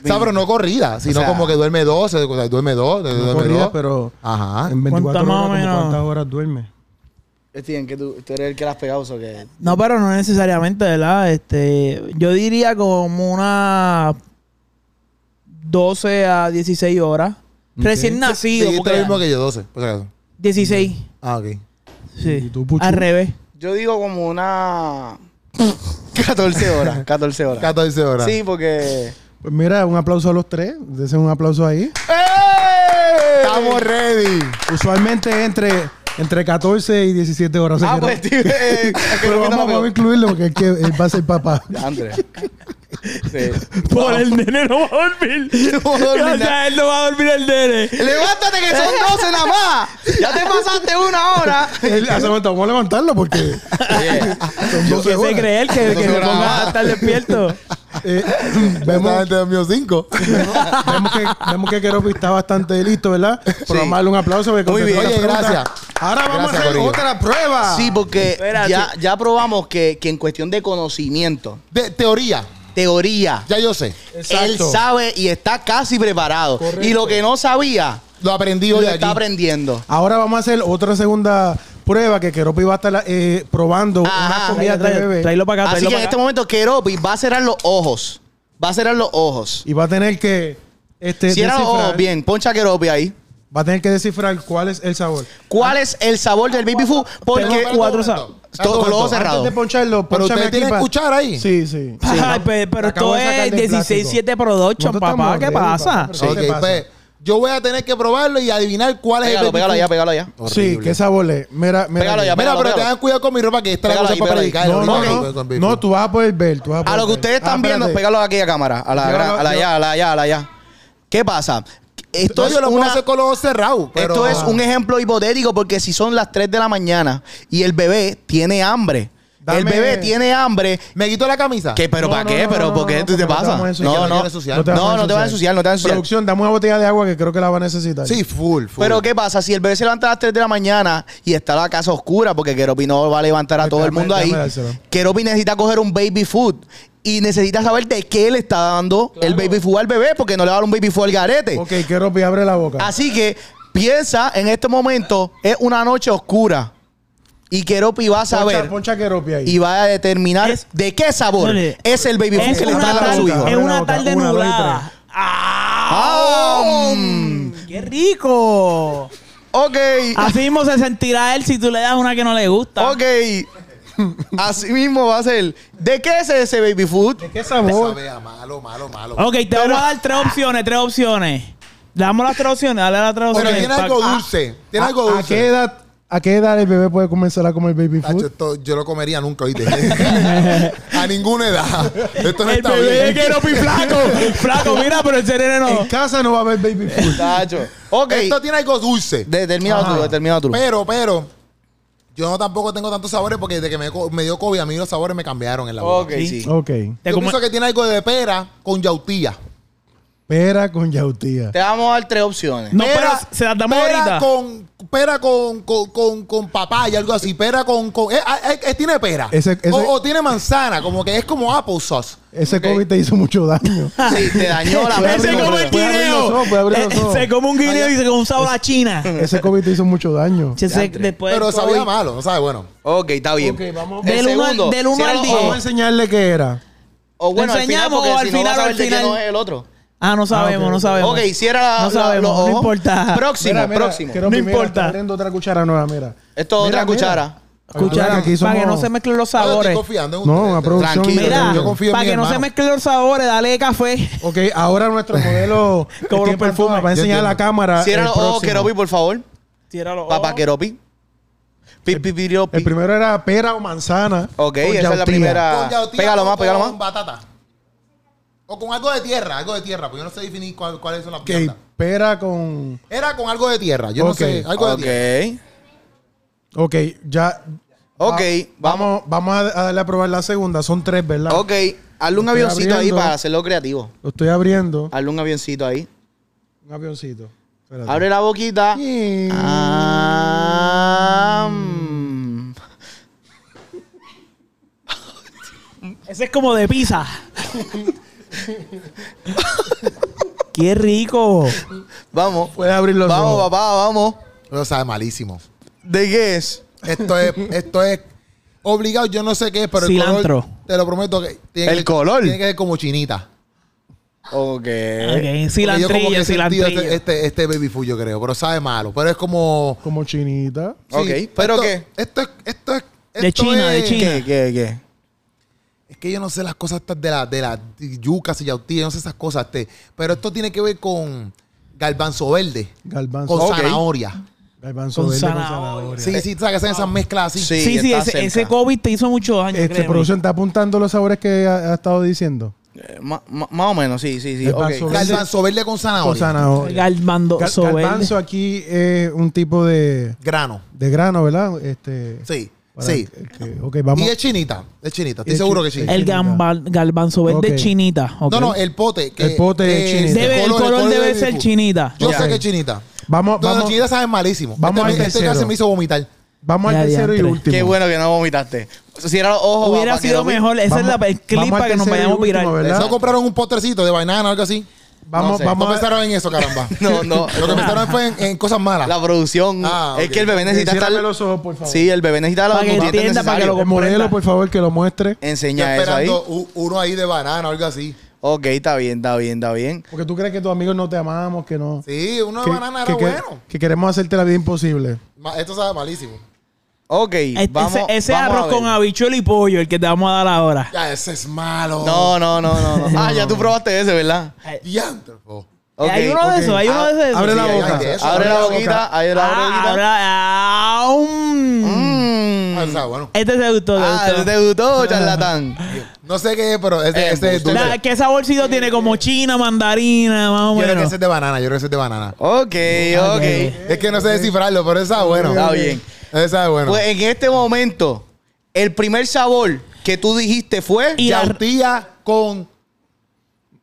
O sea, pero no corrida, sino sea- como que duerme 12, o sea, duerme 2, duerme No corrida, 2. pero Ajá. en 24 ¿Cuántas más horas, o como menos? ¿cuántas horas duerme? Steven, que tú, tú eres el que las pegado, so que. No, pero no necesariamente, ¿verdad? Este, yo diría como unas 12 a 16 horas. Recién nacido, Dijiste porque- lo mismo que yo, 12, por si acaso. 16. Ah, ok. ¿Y Sí. tú, Puchu? Al revés. Yo digo como una. [LAUGHS] 14 horas, 14 horas. 14 horas. Sí, porque. Pues mira, un aplauso a los tres. Desen un aplauso ahí. Estamos ready. Usualmente entre, entre 14 y 17 horas. se Ah, queda. pues, Steven. eh, creo que pero no vamos, la pegó. vamos a incluirlo porque es que él va a ser papá. Andrés. Sí. Por el nene [LAUGHS] no va a dormir. va a dormir o sea, él no va a dormir el nene. Levántate que son 12 nada más. Ya te pasaste una hora. [LAUGHS] Él hace falta, vamos a levantarlo porque Eh, son Yo 12 qué sé horas. creer que, que Entonces, se ahora ponga va. a estar [LAUGHS] despierto. Eh, Vemos vemos, gente de mío 5. vemos que, vemos que Keropi está bastante listo, ¿verdad? Por Sí. darle un aplauso. porque Muy bien. contestó las Oye, preguntas. gracias. Ahora vamos Gracias, a hacer Corillo. otra prueba. Sí, porque Espérate. ya, ya probamos que, que en cuestión de conocimiento, De teoría, teoría, ya yo sé. él sabe y está casi preparado. Y lo que no sabía, Lo aprendí lo hoy está aquí. aprendiendo. Ahora vamos a hacer otra segunda prueba que Keropi va a estar eh, probando Ajá. unas comidas de Tráelo, bebé. Tráelo para acá, Así tráelo que en para este acá. momento Keropi va a cerrar los ojos. Va a cerrar los ojos. Y va a tener que este, Cierra los ¿eh? ojos, bien. Poncha a Keropi ahí. Va a tener que descifrar cuál es el sabor. ¿Cuál es el sabor del baby food? Porque Pero, pero, cuatro Ah. un sa- momento. todo Espérate un lo momento. cerrado. Antes de poncharlo, Pero ponchame ustedes aquí tienen pa- escuchar ahí. Sí, sí. Ay, pe- pero Acabo esto de sacar es del plástico. 16-7 Production, Nosotros papá. estamos ¿Qué ready, pasa? papá, pero- Ok, ¿Qué pasa? pues yo voy a tener que probarlo y adivinar cuál es Pégalo, el. pégalo allá, pégalo allá. Sí, qué sabor es. Mira, mira. Pégalo ya, Mira, pégalo, pero pégalo. tengan cuidado con mi ropa que esta es la Pégalo cosa ahí, para pégalo predicar. ahí. No, no, Ok, no, con- con- no, tú vas a poder ver. Tú vas a, A poder lo que ver. ustedes Ah, están viendo, espérate. pégalo aquí a cámara. A la, Yo gran- lo- a la yo- allá, a la allá, a la allá. ¿Qué pasa? Esto Esto es, yo lo puedo una- hacer con los ojos cerrados. pero- esto es un ejemplo hipotético porque si son las 3 de la mañana y el bebé tiene hambre. Dame- El bebé tiene hambre. Me quito la camisa. ¿Qué, pero No, para no, qué? no, ¿Pero no, por qué no, tú te porque pasa? no estamos No, en no. social. No No, te vas a no, no te vas a ensuciar, no te vas a ensuciar. Producción, dame una botella de agua que creo que la van a necesitar. Sí, full, full. Pero ¿qué pasa? Si el bebé se levanta a las 3 de la mañana y está la casa oscura, porque Keropi no va a levantar a Ay, todo el déjame- mundo ahí, déjame dárselo. Keropi necesita coger un baby food y necesita saber de qué le está dando el baby food al bebé, porque no le va a dar un baby food al garete. Ok, Keropi, abre la boca. Así que piensa en este momento, es una noche oscura. Y Keropi va a saber Poncha, poncha Keropi ahí. y va a determinar Es- de qué sabor Dale. es el baby food Es que le una, está dando a su tarde, boca, hijo. es abre la una boca. tarde Una, dos y nublada. Ah, mm. ¡Qué rico! Ok, Así mismo se sentirá él si tú le das una que no le gusta. ok. Así mismo va a ser. ¿De qué es ese baby food? ¿De qué sabor? Sabe a malo, malo, malo. Ok, te vamos a dar tres opciones, tres opciones. Le damos las tres opciones, dale las tres Pero opciones. tiene Pa- algo Ah, dulce. Tiene ¿A- algo ¿A, qué dulce. edad, ¿A qué edad el bebé puede comenzar a comer baby Tacho, food? esto yo lo comería nunca, ¿oíste? [LAUGHS] a ninguna edad. Esto no el está bebé bien. que no pi flaco. flaco, mira, pero el sereno En no. casa no va a haber baby food. Tacho. Ok. Esto tiene algo dulce. Determina tú, Ajá. determina tú. Pero, pero, yo no tampoco tengo tantos sabores porque desde que me, co- me dio COVID a mí los sabores me cambiaron en la boca. Ok, sí. Ok. Te Yo come- pienso que tiene algo de pera con yautía. Pera con yautía. Te vamos a dar tres opciones. No, Pera- pero se las damos pera ahorita. Con, pera con, con, con, con papaya, algo así. Pera con... con eh, ah, eh, eh, tiene pera. Ese- ese- o, o tiene manzana, como que es como applesauce. Ese Ok. COVID te hizo mucho [LAUGHS] daño. Sí, te dañó [LAUGHS] la Puede Él se abrir come los- el puede abrir los guineo. ojos, puede abrir los Eh, ojos. Se come un guineo y se come un sabor a China. Ese COVID te hizo mucho daño. Se- se- después Pero del sabía COVID. malo, no sabe bueno. Ok, está bien. Ok, vamos- El Del uno al- segundo. del uno Ciérralo, al diez. o- Vamos a enseñarle qué era. O bueno, al final, enseñamos porque o al si no final, vas a o saber al de quién final? es el otro. Ah, no sabemos, ok, no ok. sabemos. Ok, cierra la- No la- sabemos, los no ojos. importa. Próximo, Mira, mira, próximo. creo No que, mira, importa. está abriendo otra cuchara nueva, mira. Esto Mira, es otra mira. cuchara. Mira Escucha, que aquí para que somos- no se mezclen los Yo estoy sabores. confiando en No, ustedes. una producción. Tranquilo, Mira, Yo confío en para mi que no hermano. se mezclen los sabores, dale café. Ok, ahora [LAUGHS] nuestro modelo. que Como los tiene perfumes. pantalla, Va a Yo enseñar a la entiendo. cámara. Ah, Cierra el los ojos, próximo. Oh. Keropi, por favor. Tira los Papá ojos. Keropi. Pi, pi, piropi. El primero era pera o manzana. Ok, con esa es la yautía. primera. Con yautía Pégalo o más, pégalo con más. batata. O con algo de tierra, algo de tierra, porque yo no sé definir cuál- cuáles son las Ok, plantas. pera con. Era con algo de tierra, yo Ok. no sé, algo de tierra. Ok. Ok, ya. ah, Ok, vamos. Vamos a a darle a probar la segunda. Son tres, ¿verdad? Ok, hazle un Estoy avioncito ahí abriendo. para hacerlo creativo. Lo estoy abriendo. Hazle un avioncito ahí. Un avioncito. Espérate. Abre la boquita. Sí. Ah, mm. Ese es como de pizza. Qué rico. Vamos. Puedes abrir los Vamos, ojos. papá, vamos. Pero sabe malísimo. ¿De qué es? Esto [LAUGHS] es, esto es obligado, yo no sé qué es, pero el Cilantro. color, te lo prometo que tiene ¿El que- color? tiene que ser como chinita. Ok. Ok, Porque Eh, yo como que cilantrillo, he sentido cilantrillo. este, este, este baby food, yo creo, pero sabe malo, pero es como Como chinita. Ok, ¿pero esto- qué? Esto es esto es De esto China, de es- China. ¿Qué, qué, qué? Es que yo no sé las cosas estas de la, de la yucas y yautía, yo no sé esas cosas. Este, pero esto tiene que ver con garbanzo verde, Galbanzo. con Ok. zanahoria. Galbanzo Con verde con zanahoria. zanahoria. Sí, sí, ¿sabes que hacen esas mezclas así? Sí, Sí, sí, está ese, cerca. ese COVID te hizo muchos años. Este créeme. producción está apuntando los sabores que ha, ha estado diciendo. Eh, ma- ma- más o menos, sí, sí, sí. El ok. vaso- Garbanzo verde con zanahoria. Con zanahoria. Galmando Gal- Sobel. Garbanzo aquí es un tipo de, Grano. de grano, ¿verdad? Este, Sí, para sí. que- ok, vamos. Y es chinita, es Y chinita, estoy es seguro chi- que sí. el- El gambal- Galbanzo verde Ok. chinita. ok. No, no, el pote. que- El pote que es chinita. es Debe- el color, debe del ser bifu. chinita. Yo Ya. sé que es chinita. Vamos, No, las vamos, chinitas saben malísimo. Vamos este, al este tercero. casi me hizo vomitar. vamos Ya, al tercero y diantre. último. Qué bueno que no vomitaste. Cierra los ojos. Hubiera papá, que sido lo vi. mejor. Ese Vamos- es la, el clip vamos para al que nos tercero y vayamos último, viral. ¿verdad? No compraron un potrecito de banana o algo así. Vamos, No sé, vamos No a- pensaron en [LAUGHS] eso, caramba. No, no. Lo que pensaron fue en, en cosas malas. La producción. Ah, Es ok. que el bebé Eh, necesita ciérrame estar. los ojos, por favor. Sí, el bebé necesita los Para que nutrientes entienda, para que lo el necesarios. modelo, comprenda. por favor, que lo muestre. Yo Enseña eso ahí. esperando u- uno ahí de banana o algo así. Ok, está bien, está bien, está bien. Porque tú crees que tus amigos no te amamos, que no. Sí, uno de que, banana que- era que- bueno. que queremos hacerte la vida imposible. Ma- Esto sabe malísimo. Ok, Este- vamos. ese ese vamos a arroz ver. con habichuelo y pollo, el que te vamos a dar ahora. Ya, ese es malo. No, no, no, no. no. Ah, ya tú probaste ese, ¿verdad? Diantro. Oh. Ok, Eh, hay uno de ok. esos, hay uno de Ah, esos. Abre la sí, hay- boca. hay de eso. Abre la boquita, abre la Ah, boquita. ahora- ah, um. Mm. Ah, eso sabe bueno. Este te gustó, te Ah, gustó. te gustó, charlatán. No sé qué es, pero ese, Eh, ese es embuste. dulce. La- ¿Qué saborcito tiene? Como china, mandarina, más o Yo creo que menos. ese es de banana. Yo creo que ese es de banana. [LAUGHS] Ok, ok. Es que no sé descifrarlo, pero ese sabe bueno. Está bien. Ese sabe bueno. Pues en este momento, el primer sabor que tú dijiste fue Y la- Yautía con...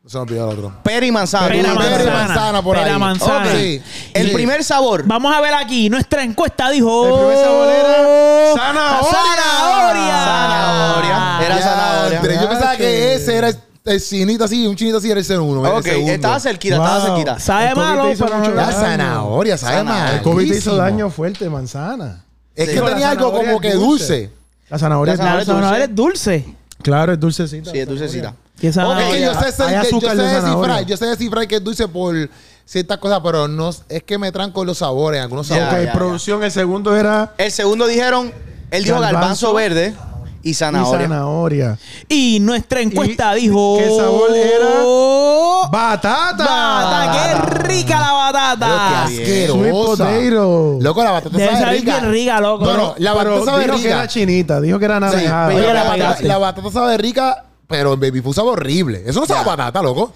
Se me olvidó el otro. pera y manzana. Pera, Tú- manzana. pera y por pera ahí. manzana. Ok. Sí. El Sí. primer sabor. Vamos a ver aquí. Nuestra encuesta dijo. El primer sabor era Oh, zanahoria. Zanahoria. Zanahoria. Era Ya, zanahoria. Andrés, Yo pensaba que Yache. ese era el, el chinito así, un chinito así era el 01. era el Ok, segundo. estaba cerquita, estaba Wow. cerquita. Sabe El COVID malo, te hizo pero no mucho le La daño. zanahoria, sabe Zanahoria. mal. El COVID te hizo daño fuerte, manzana. Es que Digo, la tenía algo zanahoria como es que dulce. dulce. La zanahoria. La es- zanahoria- La Pues zanahoria es dulce. Claro, es dulcecita. Sí, es dulcecita. Y esa Ok, zanahoria- yo sé, Hay yo- yo, azúcar sé de descifrar, zanahoria. yo sé descifrar que es dulce por ciertas cosas, pero no es que me tranco los sabores, algunos Ya, sabores. Ok, ya, ya. producción, el segundo era El segundo dijeron, él dijo Garbanzo. garbanzo verde y y zanahoria. zanahoria. Y nuestra encuesta dijo. qué sabor era? ¡Batata! Oh. ¡Batata! ¡Qué rica la batata! Pero qué bien. Sweet asquerosa. potato. Loco, la batata Debe sabe saber rica. bien rica, loco. No, no, la Pero batata sabe dijo que rica. era chinita, dijo que era Sí, pues, naranjada. pero Oye, la, la batata, pagaste. la batata sabe rica, pero el baby food sabe horrible. Eso no sabe a batata, loco.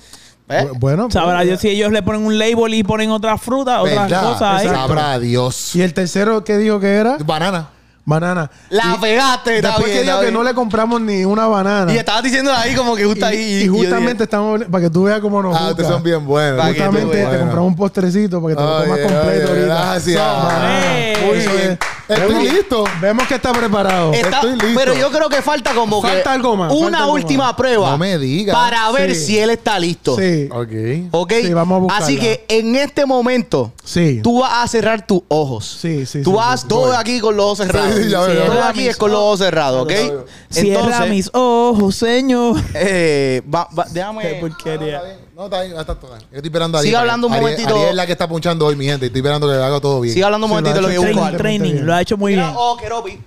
¿Eh? Bu- Bueno, Sabrá pues, Dios si ellos le ponen un label y ponen otra fruta, otras ¿Verdad? cosas ahí. Sabrá Dios. Y el tercero que dijo que era Banana. banana. La pegaste, está Después bien, que dijo está que bien. no le compramos ni una banana. Y estabas diciendo ahí como que justo Y- ahí. y yo dije, justamente estamos para que tú veas cómo nos Ah, ustedes juzga. son bien buenos. Pa' que tú Justamente veas. te compramos un postrecito para que te lo Oye, comas completo oye, ahorita. gracias. Banana. Eh, Muy eh, bien. Estoy Vemos- listo. Vemos que está preparado. está- estoy listo. Pero yo creo que falta como que Falta algo más, falta una algo última más. prueba. No me digas. Para ver Sí. si él está listo. Sí. Ok. ¿Ok? Sí, vamos a buscarla. Así que en este momento, Sí. tú vas a cerrar tus ojos. Sí, sí, Tú sí, vas sí, sí, todo voy. aquí con los ojos cerrados. Sí, sí, ya veo, ya todo veo. aquí es con los ojos cerrados, ¿ok? Cierra mis ojos, señor. eh, va- va- déjame. Qué porquería. No, está bien, hasta toda. Yo estoy esperando a Sigue Ariel. hablando un Ariel- momentito. Ariel es la que está punchando hoy, mi gente. Estoy esperando que haga todo bien. Sigue hablando un Sí, lo momentito ha lo que hecho yo training, busco. algo. training. Training, lo ha hecho muy bien. Mira, oh, Keropi.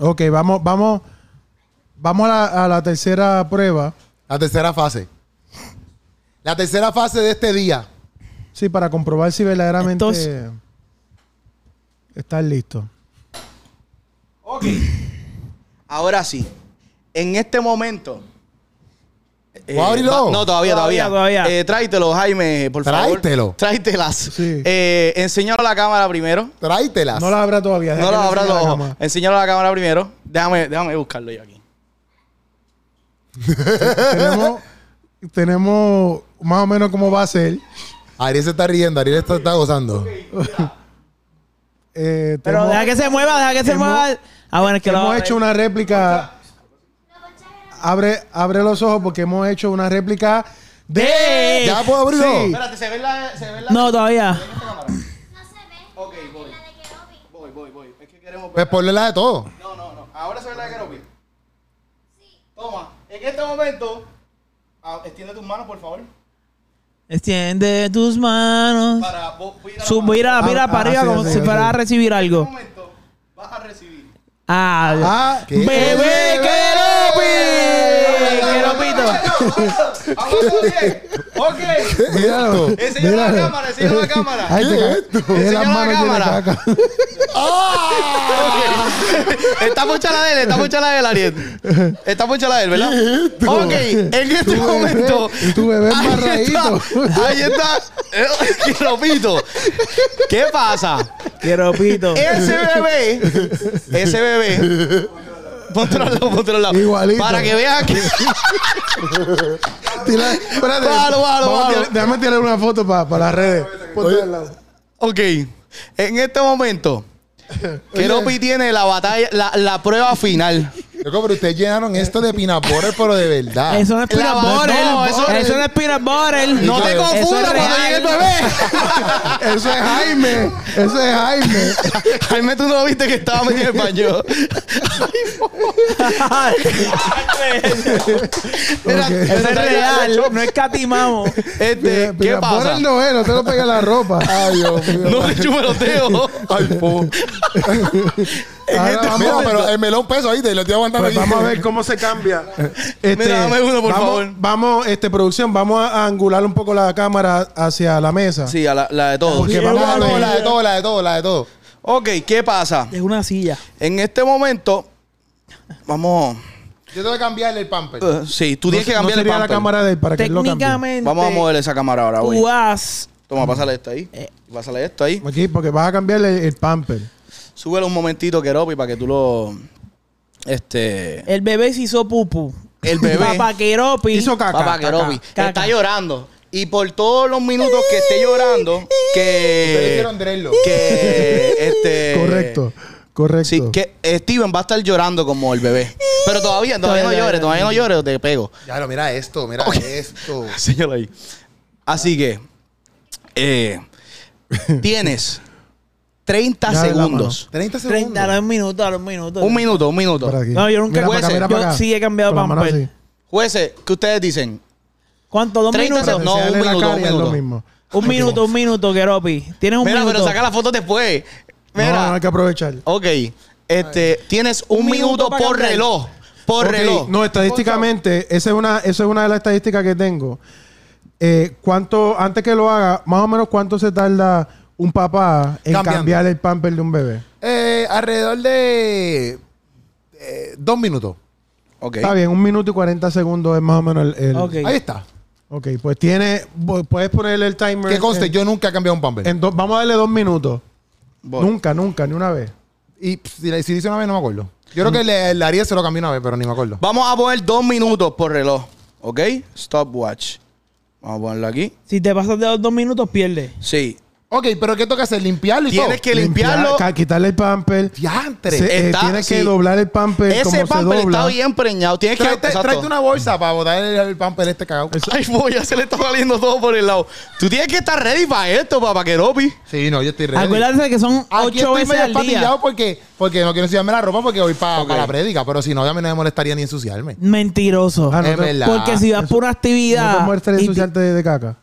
Ok, vamos, vamos. Vamos a la, a la tercera prueba. La tercera fase. La tercera fase de este día. Sí, para comprobar si verdaderamente Entonces- estás listo. Ahora sí. En este momento. eh, ¿Puedo abrirlo? va- no, todavía, todavía. Todavía, todavía. Eh, tráetelo, Jaime, por favor. Tráetelo. Tráetelas. Sí. Eh, enséñalo a la cámara primero. Tráetelas. No la habrá todavía. deja No que lo le abras enseñe los a la ojos. cámara. Enséñalo a la cámara primero. Déjame, déjame buscarlo yo aquí. [LAUGHS] tenemos, tenemos más o menos cómo va a ser. Ariel se está riendo. Ariel está, está gozando. Eh, Pero tenemos- deja que se mueva, deja que se hemos- mueva. Ah, bueno, es que lo hemos abre. hecho una réplica. Abre, abre los ojos porque hemos hecho una réplica de. Eh, ¿Ya puedo abrirlo? Sí. Espérate, ¿se ve la, se ve la No, todavía. esta cámara? No se ve. Ok, en voy. la de Kerobi. Voy, voy, voy. Es que queremos Pues ponle la de todo. No, no, no. Ahora se ve la de Keropi. Toma. En este momento, ah, extiende tus manos, por favor. Extiende tus manos. Para vos, voy a ir a la Sub, mira, Ah, mira ah, para arriba sí, como sí, si sí. fuera a En recibir algo. este momento vas a recibir. Ah, Ah, ¿Qué? ¡Bebé Keropi! Keropito. Aguanta bien. Ok. [LAUGHS] Míralo. Enseñalo a la míralo. cámara, enseñalo a la cámara. Ay, te ca- tiene Enseña las la manos llenas de cámara. caca. [LAUGHS] Está mucha la de él, está mucha la de él, Ariel. Está mucha la de él, ¿verdad? Ok, en este momento. Tu bebé es Ahí marraíto. está, Ahí está. Eh, Quiropito. ¿Qué pasa? [LAUGHS] Keropito. Ese bebé. Ese bebé. Póntelo, póntelo. Igualito. Para que vean que. Tira- espérate. Bájalo, bájalo, Vamos, bájalo. tira- Déjame tirar una foto para las redes. Ponte al lado. Ok, en este momento, Keropi tiene la batalla, la, la prueba final. Loco, pero ustedes llenaron esto de pinapores, pero de verdad. Eso no es peanut La- butter. no, eso- eso, no es peanut butter. No te [LAUGHS] [LAUGHS] Eso es confundas cuando real. llegue el bebé. Eso es Jaime. Eso es [LAUGHS] Jaime. [LAUGHS] Jaime, tú no viste que estaba metido en el [LAUGHS] baño. Mira, Ok. Eso es está- real. No es catimamo. Este, Mira, ¿qué mira, pon pasa? el noveno, te lo pega en la [LAUGHS] ropa. Ay, Dios mío. No te chupe los [LAUGHS] dedos. Ay, po. Ahora vamos- Mira, pero el melón peso ahí, te lo estoy aguantando. Pues aquí. este vamos a ver cómo se cambia. Este, Mira, dame uno, por vamos, favor. Vamos, este, producción, vamos a angular un poco la cámara hacia la mesa. Sí, a la, la de todos. Porque vamos a La de todo, ver. la de todo, la de todo, la de todo. Ok, ¿qué pasa? Es una silla. En este momento, vamos. Yo tengo que cambiarle el pamper. eh, sí, tú tienes que No cambiar el sería la pamper. cámara de él para que él lo cambie. Técnicamente. Vamos a mover esa cámara ahora, güey. tú has- Toma, pásale esto ahí. Eh. Pásale esto ahí. Aquí, porque vas a cambiarle el pamper. Súbelo un momentito, Keropi, para que tú lo. Este. El bebé se hizo pupu. El bebé. Papá Keropi. Hizo caca. Papá Keropi. caca. Está llorando. Y por todos los minutos que esté llorando, Ustedes que. hicieron Drelo. [LAUGHS] Que. Este. Correcto. Correcto. Sí, que Steven va a estar llorando como el bebé. Pero todavía, todavía no llores, todavía no llores o te pego. [LAUGHS] Ya lo, mira esto, mira esto. Señalo ahí. Así que. eh, tienes Ya, 30 la mano. segundos. 30 30, segundos. a los minutos, a los minutos. Un minuto, un minuto. Por aquí. No, yo nunca Mira puede para acá, ser. mira Yo para acá. sí he cambiado Con las manos pamper. así. Jueces, ¿qué ustedes dicen? ¿Cuánto? ¿Dos 30 minutos? segundos. No, Enseñarle un la minuto, cara un y es lo minuto. mismo. Un minuto, un minuto, Keropi. Tienes un Mira, minuto. pero saca la foto después. No, Mira. no, hay que aprovechar. Ok. Este, tienes un, Un minuto minuto, para por cantar. reloj. Por Ok, reloj. No, estadísticamente, esa es una, esa es una de las estadísticas que tengo. Eh, cuánto, antes que lo haga, más o menos cuánto se tarda un papá en Cambiando. cambiar el pamper de un bebé. Eh, alrededor de eh, dos minutos. Ok. Está bien, un minuto y 40 segundos es más o menos el. el- Ok. Ahí está. ok, pues tiene. bu- Puedes ponerle el timer. Que conste, en- yo nunca he cambiado un pamper. Pues, eh, en dos- vamos a darle dos minutos. Voy. Nunca, nunca, ni una vez. y pff, si, si dice una vez, no me acuerdo. Mm. Yo creo que le, el Ariel se lo cambió una vez, pero ni me acuerdo. Vamos a poner dos minutos por reloj. ¿Ok? Stopwatch. Vamos a ponerlo aquí. Si te pasas de los dos minutos, pierdes. Sí. Ok, pero ¿qué toca hacer? ¿Limpiarlo y todo? Tienes que limpiarlo. Limpiar, ca- quitarle el pamper. ¡Diantre! Se- eh, Está- tienes que sí. doblar el pamper como Ese se pamper está dobla. bien preñado. Tienes que. Tráete, Exacto. tráete una bolsa para botar el, el pamper este cagado. Ay, voy, ya se le está saliendo todo por el lado. Tú tienes que estar ready para esto, papá Keropi. Sí, no, yo estoy ready. Acuérdate que son Aquí ocho estoy veces medio al día. espatillado porque, porque no quiero ensuciarme la ropa porque voy para Ok. la prédica, pero si no, ya a mí no me molestaría ni ensuciarme. Mentiroso. Ah, no es te- verdad. Porque si vas por una No actividad. te muestres y- ensuciarte de, de caca.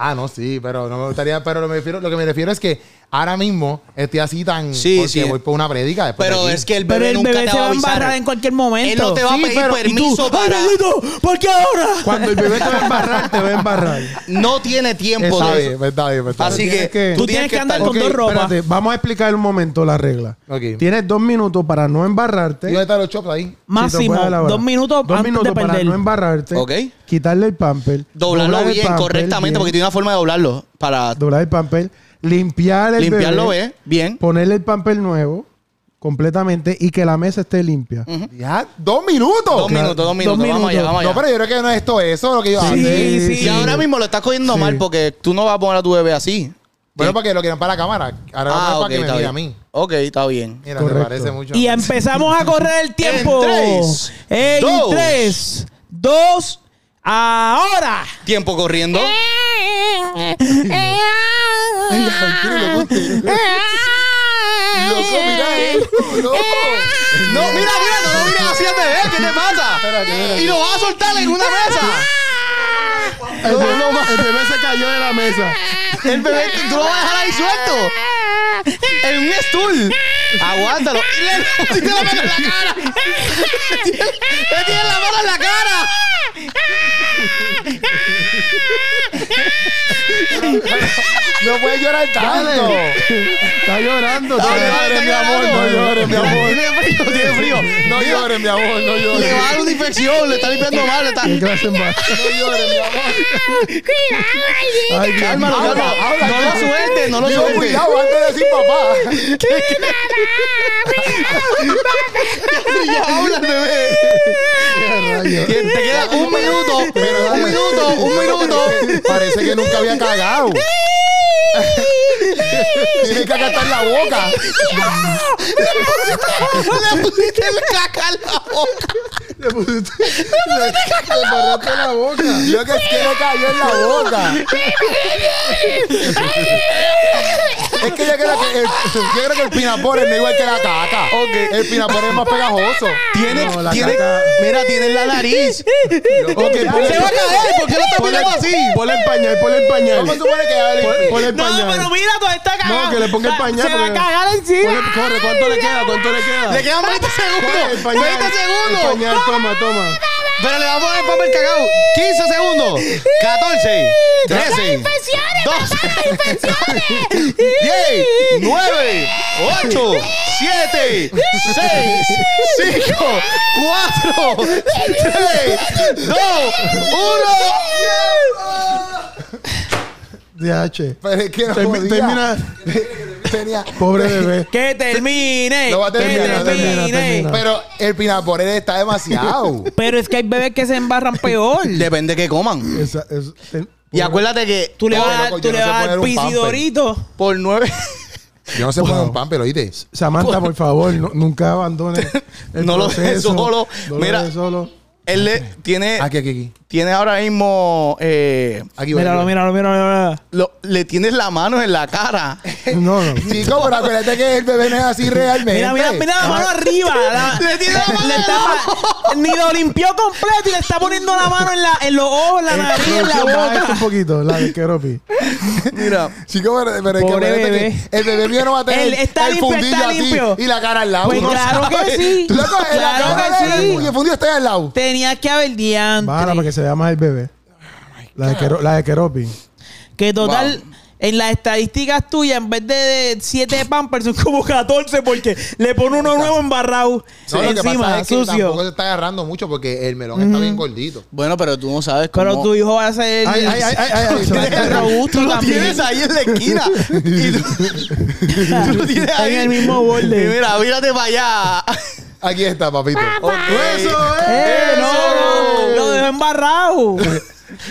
Ah, no, sí, pero no me gustaría, pero lo, me refiero- lo que me refiero es que ahora mismo estoy así tan Sí, porque sí. voy por una prédica después. Pero de aquí. es que el pero bebé el nunca bebé te se va va a a avisar. embarrar en cualquier momento. Él no te va a Sí, pedir pero- y [LAUGHS] tú, permiso para- ¡Ay, bendito! ¿Por qué ahora? Cuando el bebé te va a embarrar, te va a embarrar. No tiene tiempo Está de bien, eso. pues, está bien, pues, está Así bien. que, Tienes que- tú tienes que estar. con Ok, dos ropas. Espérate, vamos a explicar un momento la regla. Ok. Tienes dos minutos para no embarrarte. ¿Y dónde están los chops ahí? Si te Máximo, puedes elaborar. dos minutos Dos antes minutos de para perder. no embarrarte. Ok. Quitarle el pamper. Doblarlo doblar el bien, pamper, correctamente, bien, porque tiene una forma de doblarlo. Para Doblar el pamper. Limpiar el limpiarlo, bebé, ¿eh? Bien. Ponerle el pamper nuevo completamente y que la mesa esté limpia. Mm. Ya, dos minutos. Dos minutos, dos minutos. Vamos allá, vamos allá. No, pero yo creo que no es esto, eso lo que yo Sí, hago. sí, sí, sí. sí. Y ahora mismo lo estás cogiendo Sí. mal porque tú no vas a poner a tu bebé así. Bueno, porque lo quieren para la cámara. Ahora Ah, lo ponen ok, para que me está mire bien. a mí. Ok, está bien. Mira, Correcto. te parece mucho. Y empezamos a correr el tiempo. tres, En dos. tres, dos, ahora. Tiempo corriendo. [LAUGHS] Loco, mira eso, [LAUGHS] loco. Eh, No, mira, mira, no lo mires así al bebé. ¿Qué te Espérate, pasa? espérate. Y lo vas a soltar en una mesa. eh, El, bebé, el bebé se cayó de la mesa. El bebé, tú lo vas a dejar ahí suelto. En un stool. Aguántalo. Y le- le tiene la mano en la cara. [LAUGHS] Le tiene la mano en la cara. No puedes llorar tanto. Está llorando. está Dale, llorando. dale, llores, mi está amor, llorando. no llores, mi amor. Tiene frío, tiene [LAUGHS] frío. No llores, mi amor, no Le va a dar llores. una infección, le está limpiando mal, le está. Qué clase de embarrar. No llores, mi amor. Ay, Dios Cálmalo, mío. cálmalo. habla, No lo habla. suelte, no lo Digo, suelte. cuidado antes de decir papá. Ya habla el bebé. Qué rayo. Te te queda un [LAUGHS] minuto, Pero- un minuto, un minuto. [LAUGHS] Parece que nunca había [LAUGHS] cagado. Tiene que acatar la boca. Le pusiste el caca en la boca. Le pusiste- [LAUGHS] le- le embarraste la boca. Yo que es que le cayó en la boca. Es que yo creo que el, yo creo que el pinapore no es igual que la caca. El pinapore es más pegajoso. Tiene, No, la tiene, caca- mira, tiene la [LAUGHS] nariz. Ok, Se va a caer, ¿por qué lo estás Ponle mirando así? Ponle el pañal, ponle el pañal. ¿Cómo supone que ya Pon- le- Ponle el No, pañal. pero mira, todo está cagado. No, que le ponga el Se- pañal, Se va a porque- cagar encima. Ponle- corre, ¿cuánto le queda? ¿Cuánto le queda? Le quedan 20 Ponle el segundos. pañal, 20 El segundos. pañal, toma, toma. Pero le vamos a poner papel cagado. 15 segundos. 14. 13. 12. 10, 9, 8, 7, 6, 5, 4, 3, 2, 1. DH. Pero es que no Termi- podía. termina- Tenía- Pobre bebé. Que termine. No va a terminar, que termina, termine. termina. Pero el pinapore está demasiado. Pero es que hay bebés que se embarran peor. Depende que coman. Esa- es- ten- Y acuérdate que Tú le Pobre vas a loco, dar- tú yo le no sé vas a poner dar un pamper. pisidorito. por 9 [LAUGHS] Yo no sé poner un pan, pero oíste. Samantha, por favor, no- nunca [LAUGHS] abandone. el No lo dejes proceso. solo. No lo Mira. dejes solo. [LAUGHS] él le- Eh, tiene Aquí, aquí, aquí. tiene ahora mismo eh, Aquí va, Míralo, aquí va. míralo, míralo, míralo. lo- le tienes la mano en la cara No, no. Chico, pero acuérdate que el bebé no es así realmente. [LAUGHS] Mira, mira, mira la mano arriba. [LAUGHS] [LAUGHS] la- Le tiene la mano le en el está pa- Ni lo limpió completo y le está poniendo la mano en, la, en los ojos, en la nariz, en la Eh, Producción, baja esto boca. un poquito, la de Keropi. Mira. Chico, pero, pero es que Pobre acuérdate bebé. que el bebé mío no va a tener Él está el limpio, fundillo está así limpio. y la cara al lado. Pues Tú no claro sabes. que sí. Tú loco, en la Claro cara que de él, sí. el, fundillo está al lado. Tenía que haber diante. Bájala para que se vea más el bebé. La de, Kero- la de Keropi. Este, Que total, en las estadísticas tuyas, en vez de 7 Pampers, son como 14 porque le pone uno nuevo embarrado No, lo que pasa encima, es que tampoco sucio. se está agarrando mucho porque el melón está bien gordito. Bueno, pero tú no sabes cómo. Pero tu hijo va a ser Ay, ay, ay, [LAUGHS] ay, ay. va a ser [LAUGHS] robusto Tú [LAUGHS] lo también. tienes ahí en la esquina. Y tú, tú lo tienes ahí. En el mismo borde. Y mira, mírate para allá. Aquí está, papito. Eso ¡Eh, no, no! Lo dejó embarrado.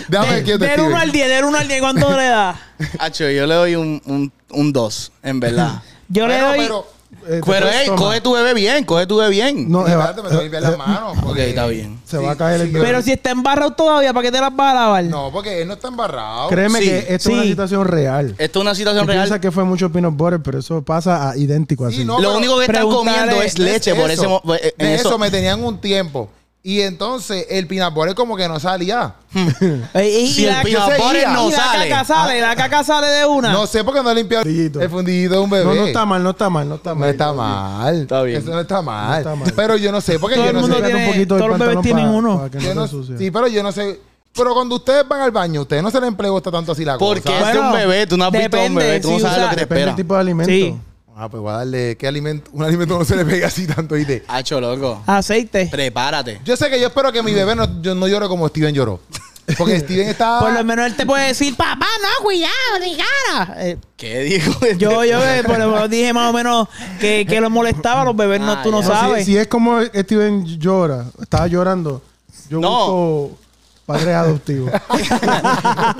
Déjame ver quién te Del 1 al 10, del 1 al 10, ¿cuánto le da? Hacho, yo le doy un 2, un, un dos, en verdad. Yo le Pero, doy. pero. Eh, Pero, después hey, toma. coge tu bebé bien, coge tu bebé bien. No, se va, espérate, me tengo que limpiar las manos. ok, porque- está bien. se va a caer el Sí, bebé. Pero si está embarrado todavía, ¿para qué te las vas a lavar? No, porque él no está embarrado. Créeme Sí, que esto es una sí. situación real. Esto es una situación Tú real. piensas que fue mucho peanut butter, pero eso pasa a idéntico así. Sí, no, Lo pero- único que están Preguntarle- comiendo es leche, Es por eso. eso. mo- eh, en de eso. eso- me tenían un tiempo. Y entonces el pinapore como que no salía. Eh, Y, y Si el la, peanut yo sé, butter y la- no y la sale. caca sale, la caca sale de una. No sé por qué no limpiaba Fundillito. el fundillito de un bebé. No, no está mal, no está mal, no está mal. No está mal. Está bien. Eso no está mal. No está mal. Pero yo no sé, porque Todo yo el no mundo sé. Sácate tiene- un poquito del todos los bebés pantalón tienen pa- uno. pa' que Yo no no- se ensucie. sí, pero yo no sé. Pero cuando ustedes van al baño, ustedes no se les empleo tanto así la Porque cosa. este es de un bebé, tú no has visto a un depende, bebé, tú si no sabes usa- lo que te Depende espera. del tipo de alimento. Sí. Ah, pues voy a darle qué alimento, un alimento no se le pega así tanto y de. Hacho, loco. Aceite. Prepárate. Yo sé que yo espero que mi bebé no, yo no llore como Steven lloró. Porque Steven estaba. [LAUGHS] Por lo menos él te puede decir, papá, no, cuidado, ni cara. Eh, ¿Qué dijo? yo, [LAUGHS] yo eh, por lo menos dije más o menos que, que lo molestaba a los bebés, no, Ah, tú no ya. No, si- sabes. Si, es como Steven llora, estaba llorando. Yo No. busco padre [LAUGHS] adoptivo. [LAUGHS]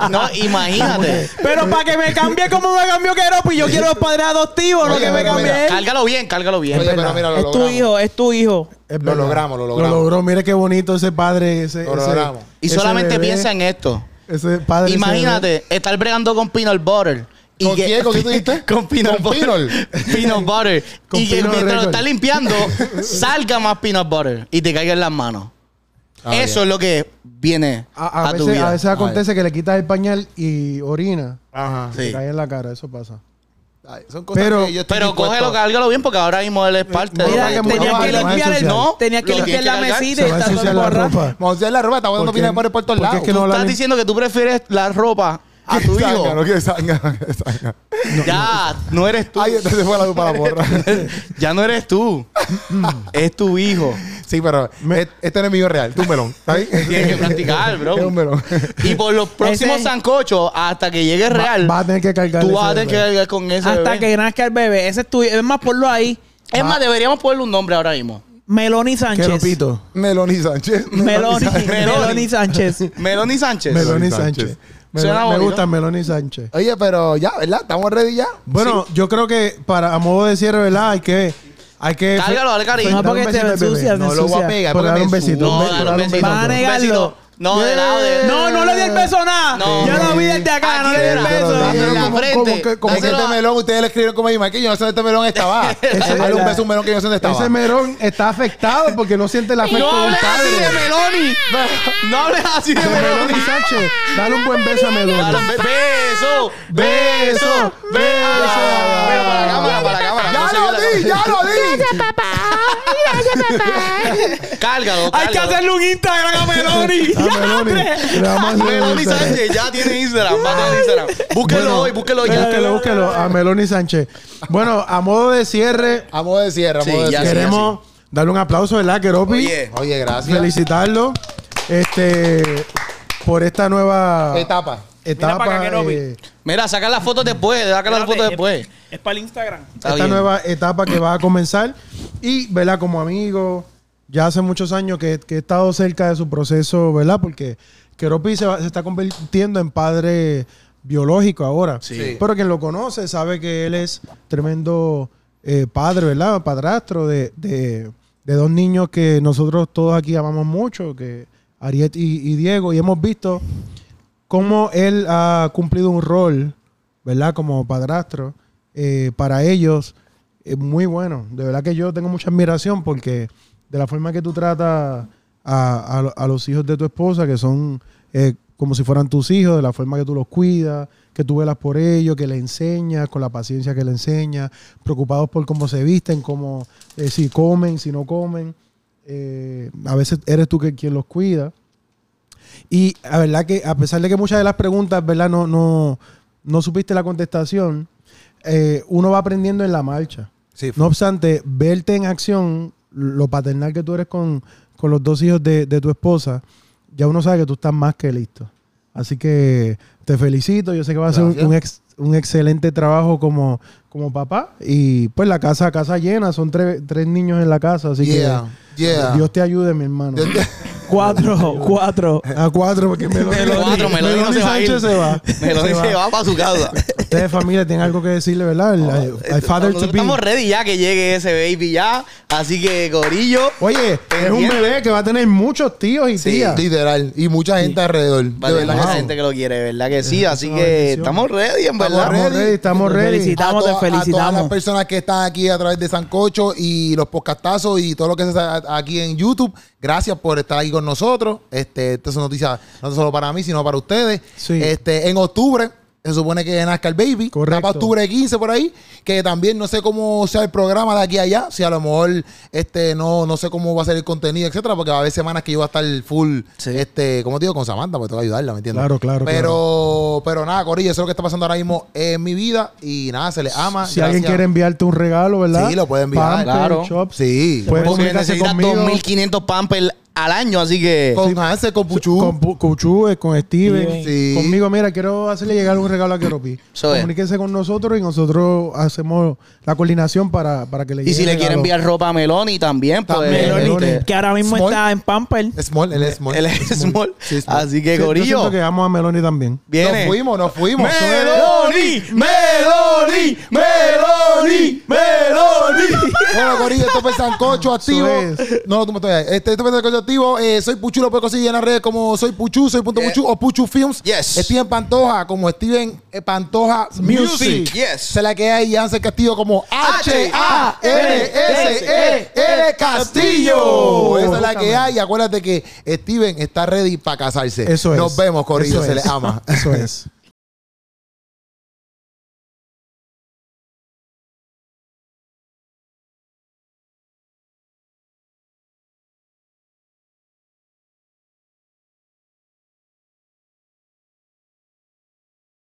No, imagínate. Pero para que me cambie como me cambió Keropi, yo quiero los padres adoptivos, no Oye, que me pero cambie mira, él. Cárgalo bien, cárgalo bien. Oye, pero mira, lo Es tu logramos. hijo, es tu hijo. Es Lo verdad. logramos, lo logramos. Lo logró. Mire qué bonito ese padre. Ese, Lo ese- logramos. Y ese solamente bebé, piensa en esto. Ese padre. ese bebé. Imagínate estar bregando con peanut butter. Y ¿Con que- quién? ¿Con quién tú dijiste? Con peanut Con butter. [LAUGHS] Peanut butter. [LAUGHS] Con y que peanut mientras lo record. [LAUGHS] estás limpiando, salga más peanut butter y te caiga en las manos. Ah, Eso bien. es lo que viene A, a a, tu veces, vida. a veces acontece que le quitas el pañal y orina. Ajá. Te Sí. cae en la cara, eso pasa. Ay, Son cosas Pero- que yo estoy Pero dispuesto cógelo, a- cárgalo bien porque ahora mismo él es parte Mira, de Tenías que tu- te tenía vas a que ensuciar. limpiar el, No, tenía que lo limpiar tienes la que cargar. mesita Se y va a está todo ensuciar la embarrado. ropa. Vamos a ensuciar la ropa, está Porque- poniendo pina por todos porque es lados. que no la Estás lim- diciendo que tú prefieres la ropa a tu hijo. Zángano, que zángano, que [LAUGHS] zángano. ya, no eres tú. [LAUGHS] Ay, entonces fue la [LAUGHS] lupa la porra. ya no [LAUGHS] eres tú. es tu hijo. sí, pero Me- et- este no es mío real. Tú un melón. ¿Está [LAUGHS] bien? Tienes [LAUGHS] que practicar, bro. Es un melón. Y por los próximos Ese- zancochos, hasta que Va- llegue real, vas a tener que cargar tú ese vas a tener que bebé. cargar con ese Hasta bebé. que nazca el bebé. Ese es tu Es más, ponlo ahí. Es Ah. más, deberíamos ponerle un nombre ahora mismo. Meloni [LAUGHS] Sánchez. Queropito. [LAUGHS] Melón y Sánchez. Meloni, Meloni. Meloni Sánchez. Meloni Sánchez. Meloni Sánchez. Sánchez. Melo- Suena me bonito. gusta Meloni Sánchez. Oye, pero ya, ¿verdad? ¿Estamos ready ya? Bueno, yo creo que para a modo de cierre, ¿verdad? Hay que. Hay que Cárgalo, dale cariño. No, Dale un porque te besito al bebé. ensucias, te No lo voy a ensucias. pegar. Por porque dar me un besito. suda. un No, beso, dale un dale un besito. beso. Van a negarlo. Besito. No, de lado, de- No, no le di el beso nada. No. Yo lo vi desde acá, no le di el Pero, pero, beso. dáselo En la como- frente. como que- Como que Dáselo este a- melón, ustedes le escribieron como mi que yo no sé dónde este melón estaba. Ese- Dale un beso a un melón que yo no sé dónde estaba. Ese melón está afectado porque no siente el afecto No del hables así de padre. Meloni. No hables así de De Meloni Meloni. Sánchez, dale un buen beso a Dale Meloni. un be- Beso, Beso, beso, beso. beso. Pero para la cámara, para la cámara. no ¡Ya se lo vea la di! ¡Ya lo di! cámara. Cárgalo, Hay que cárgalo. hacerle un Instagram a Meloni. A Meloni. Le vamos a hacer un Meloni Instagram. Sánchez ya tiene Instagram. Va a tener Instagram. Búsquelo Bueno, hoy, búsquelo ya. Búsquelo, búsquelo a Meloni Sánchez. Bueno, a modo de cierre, A modo de cierre, a Sí, modo de ya cierre. queremos darle un aplauso, ¿verdad, Keropi? Oye, Oye, gracias. Felicitarlo este, por esta nueva Etapa. etapa, Mira para acá, Keropi. eh, mira, saca las fotos después. Saca las fotos después. Es para el Instagram. Está esta bien. nueva etapa que va a comenzar. Y, ¿verdad? Como amigo, ya hace muchos años que, que he estado cerca de su proceso, ¿verdad? Porque Keropi se, va- se está convirtiendo en padre biológico ahora. Sí. Pero quien lo conoce sabe que él es tremendo eh, padre, ¿verdad? Padrastro de, de- de dos niños que nosotros todos aquí amamos mucho, que Ariet y, y Diego, y hemos visto cómo él ha cumplido un rol, ¿verdad? Como padrastro eh, para ellos es muy bueno. De verdad que yo tengo mucha admiración porque de la forma que tú tratas a, a lo- a los hijos de tu esposa, que son eh, como si fueran tus hijos, de la forma que tú los cuidas, que tú velas por ellos, que le enseñas, con la paciencia que le enseñas, preocupados por cómo se visten, cómo, eh, si comen, si no comen. Eh, a veces eres tú que, quien los cuida. Y la verdad que a pesar de que muchas de las preguntas, ¿verdad? No, no, no supiste la contestación, eh, uno va aprendiendo en la marcha. Sí, [LAUGHS] No obstante, verte en acción, lo paternal que tú eres con, con los dos hijos de, de tu esposa, ya uno sabe que tú estás más que listo. Así que te felicito, yo sé que va a ser un, Gracias. un ex- un excelente trabajo como, como papá. Y pues la casa, casa llena, son tres, tres niños en la casa, así yeah, que yeah. Dios te ayude, mi hermano. Dios te- Cuatro, cuatro. A cuatro, porque [LAUGHS] Meloni, Cuatro, Meloni no se va a ir. Sánchez se va. Meloni Se va. se va para [LAUGHS] su casa. Ustedes, familia, tienen algo que decirle, ¿verdad? El- el- el father Nosotros to be. Estamos ready ya que llegue ese baby ya. Así que, Gorillo. Oye, es un Pendiente. bebé que va a tener muchos tíos y Sí, tías. Literal. Y mucha gente alrededor. De Vale, verdad mucha que sí. gente que lo quiere, ¿verdad que sí? Así una que bendición. estamos ready, en Estamos verdad. ready, estamos ready. Felicita- Felicitamos, te toda- todas felicitamos. las personas que están aquí a través de Sancocho y los podcastazos y todo lo que se hace aquí en YouTube. Gracias por estar aquí con nosotros. Este, estas son noticias no solo para mí, sino para ustedes. Sí. Este, en octubre. Se supone que nazca el baby. Correcto. Está para octubre 15 por ahí. Que también no sé cómo sea el programa de aquí a allá. Si a lo mejor este no, no sé cómo va a ser el contenido, etcétera. Porque va a haber semanas que yo voy a estar full, Sí. este, como te digo, con Samantha, porque tengo que ayudarla, ¿me entiendes? Claro, claro, Pero claro. pero, pero nada, Corillo, eso es lo que está pasando ahora mismo en mi vida. Y nada, se les ama. Si Gracias. alguien quiere enviarte un regalo, ¿verdad? Sí, lo puede enviar, Pampers, claro. Shops. Sí. Pueden Porque comunicarse necesitas conmigo. 2.500 pampers al año, así que... Con Hansel, con Puchu. Con Pu- con Chuve, con Steven. Sí. Conmigo, mira, quiero hacerle llegar un regalo a Keropi. Eso es. Comuníquense con nosotros y nosotros hacemos la coordinación para, para que le llegue Y si el le quiere regalo. enviar ropa a Meloni también, pues... También, este, Meloni. Que ahora mismo Small. está en Pamper. Small, él es Small. Él es small. Sí, small. Así Sí, yo que, siento Gorillo, que amo a Meloni también. viene... Nos fuimos, nos fuimos. Meloni, Meloni, Meloni, Meloni. Bueno, Corillo, esto fue Sancocho Activo. Eso es. No, tú me estás ahí. Este, esto fue Sancocho Activo. Eh, soy Puchu, lo puedes conseguir en las redes como Soy Puchu, Soy Punto Puchu o Puchu Films. Yes. Steven Pantoja como Steven eh, Pantoja Music. Music. Yes. Se la queda ahí Hansel Castillo como H-A-N-S-E-L Castillo. E, Esa es la que hay. Y acuérdate que Steven está ready para casarse. Eso es. Nos vemos, Corillo. Eso Se es. les ama. Eso es.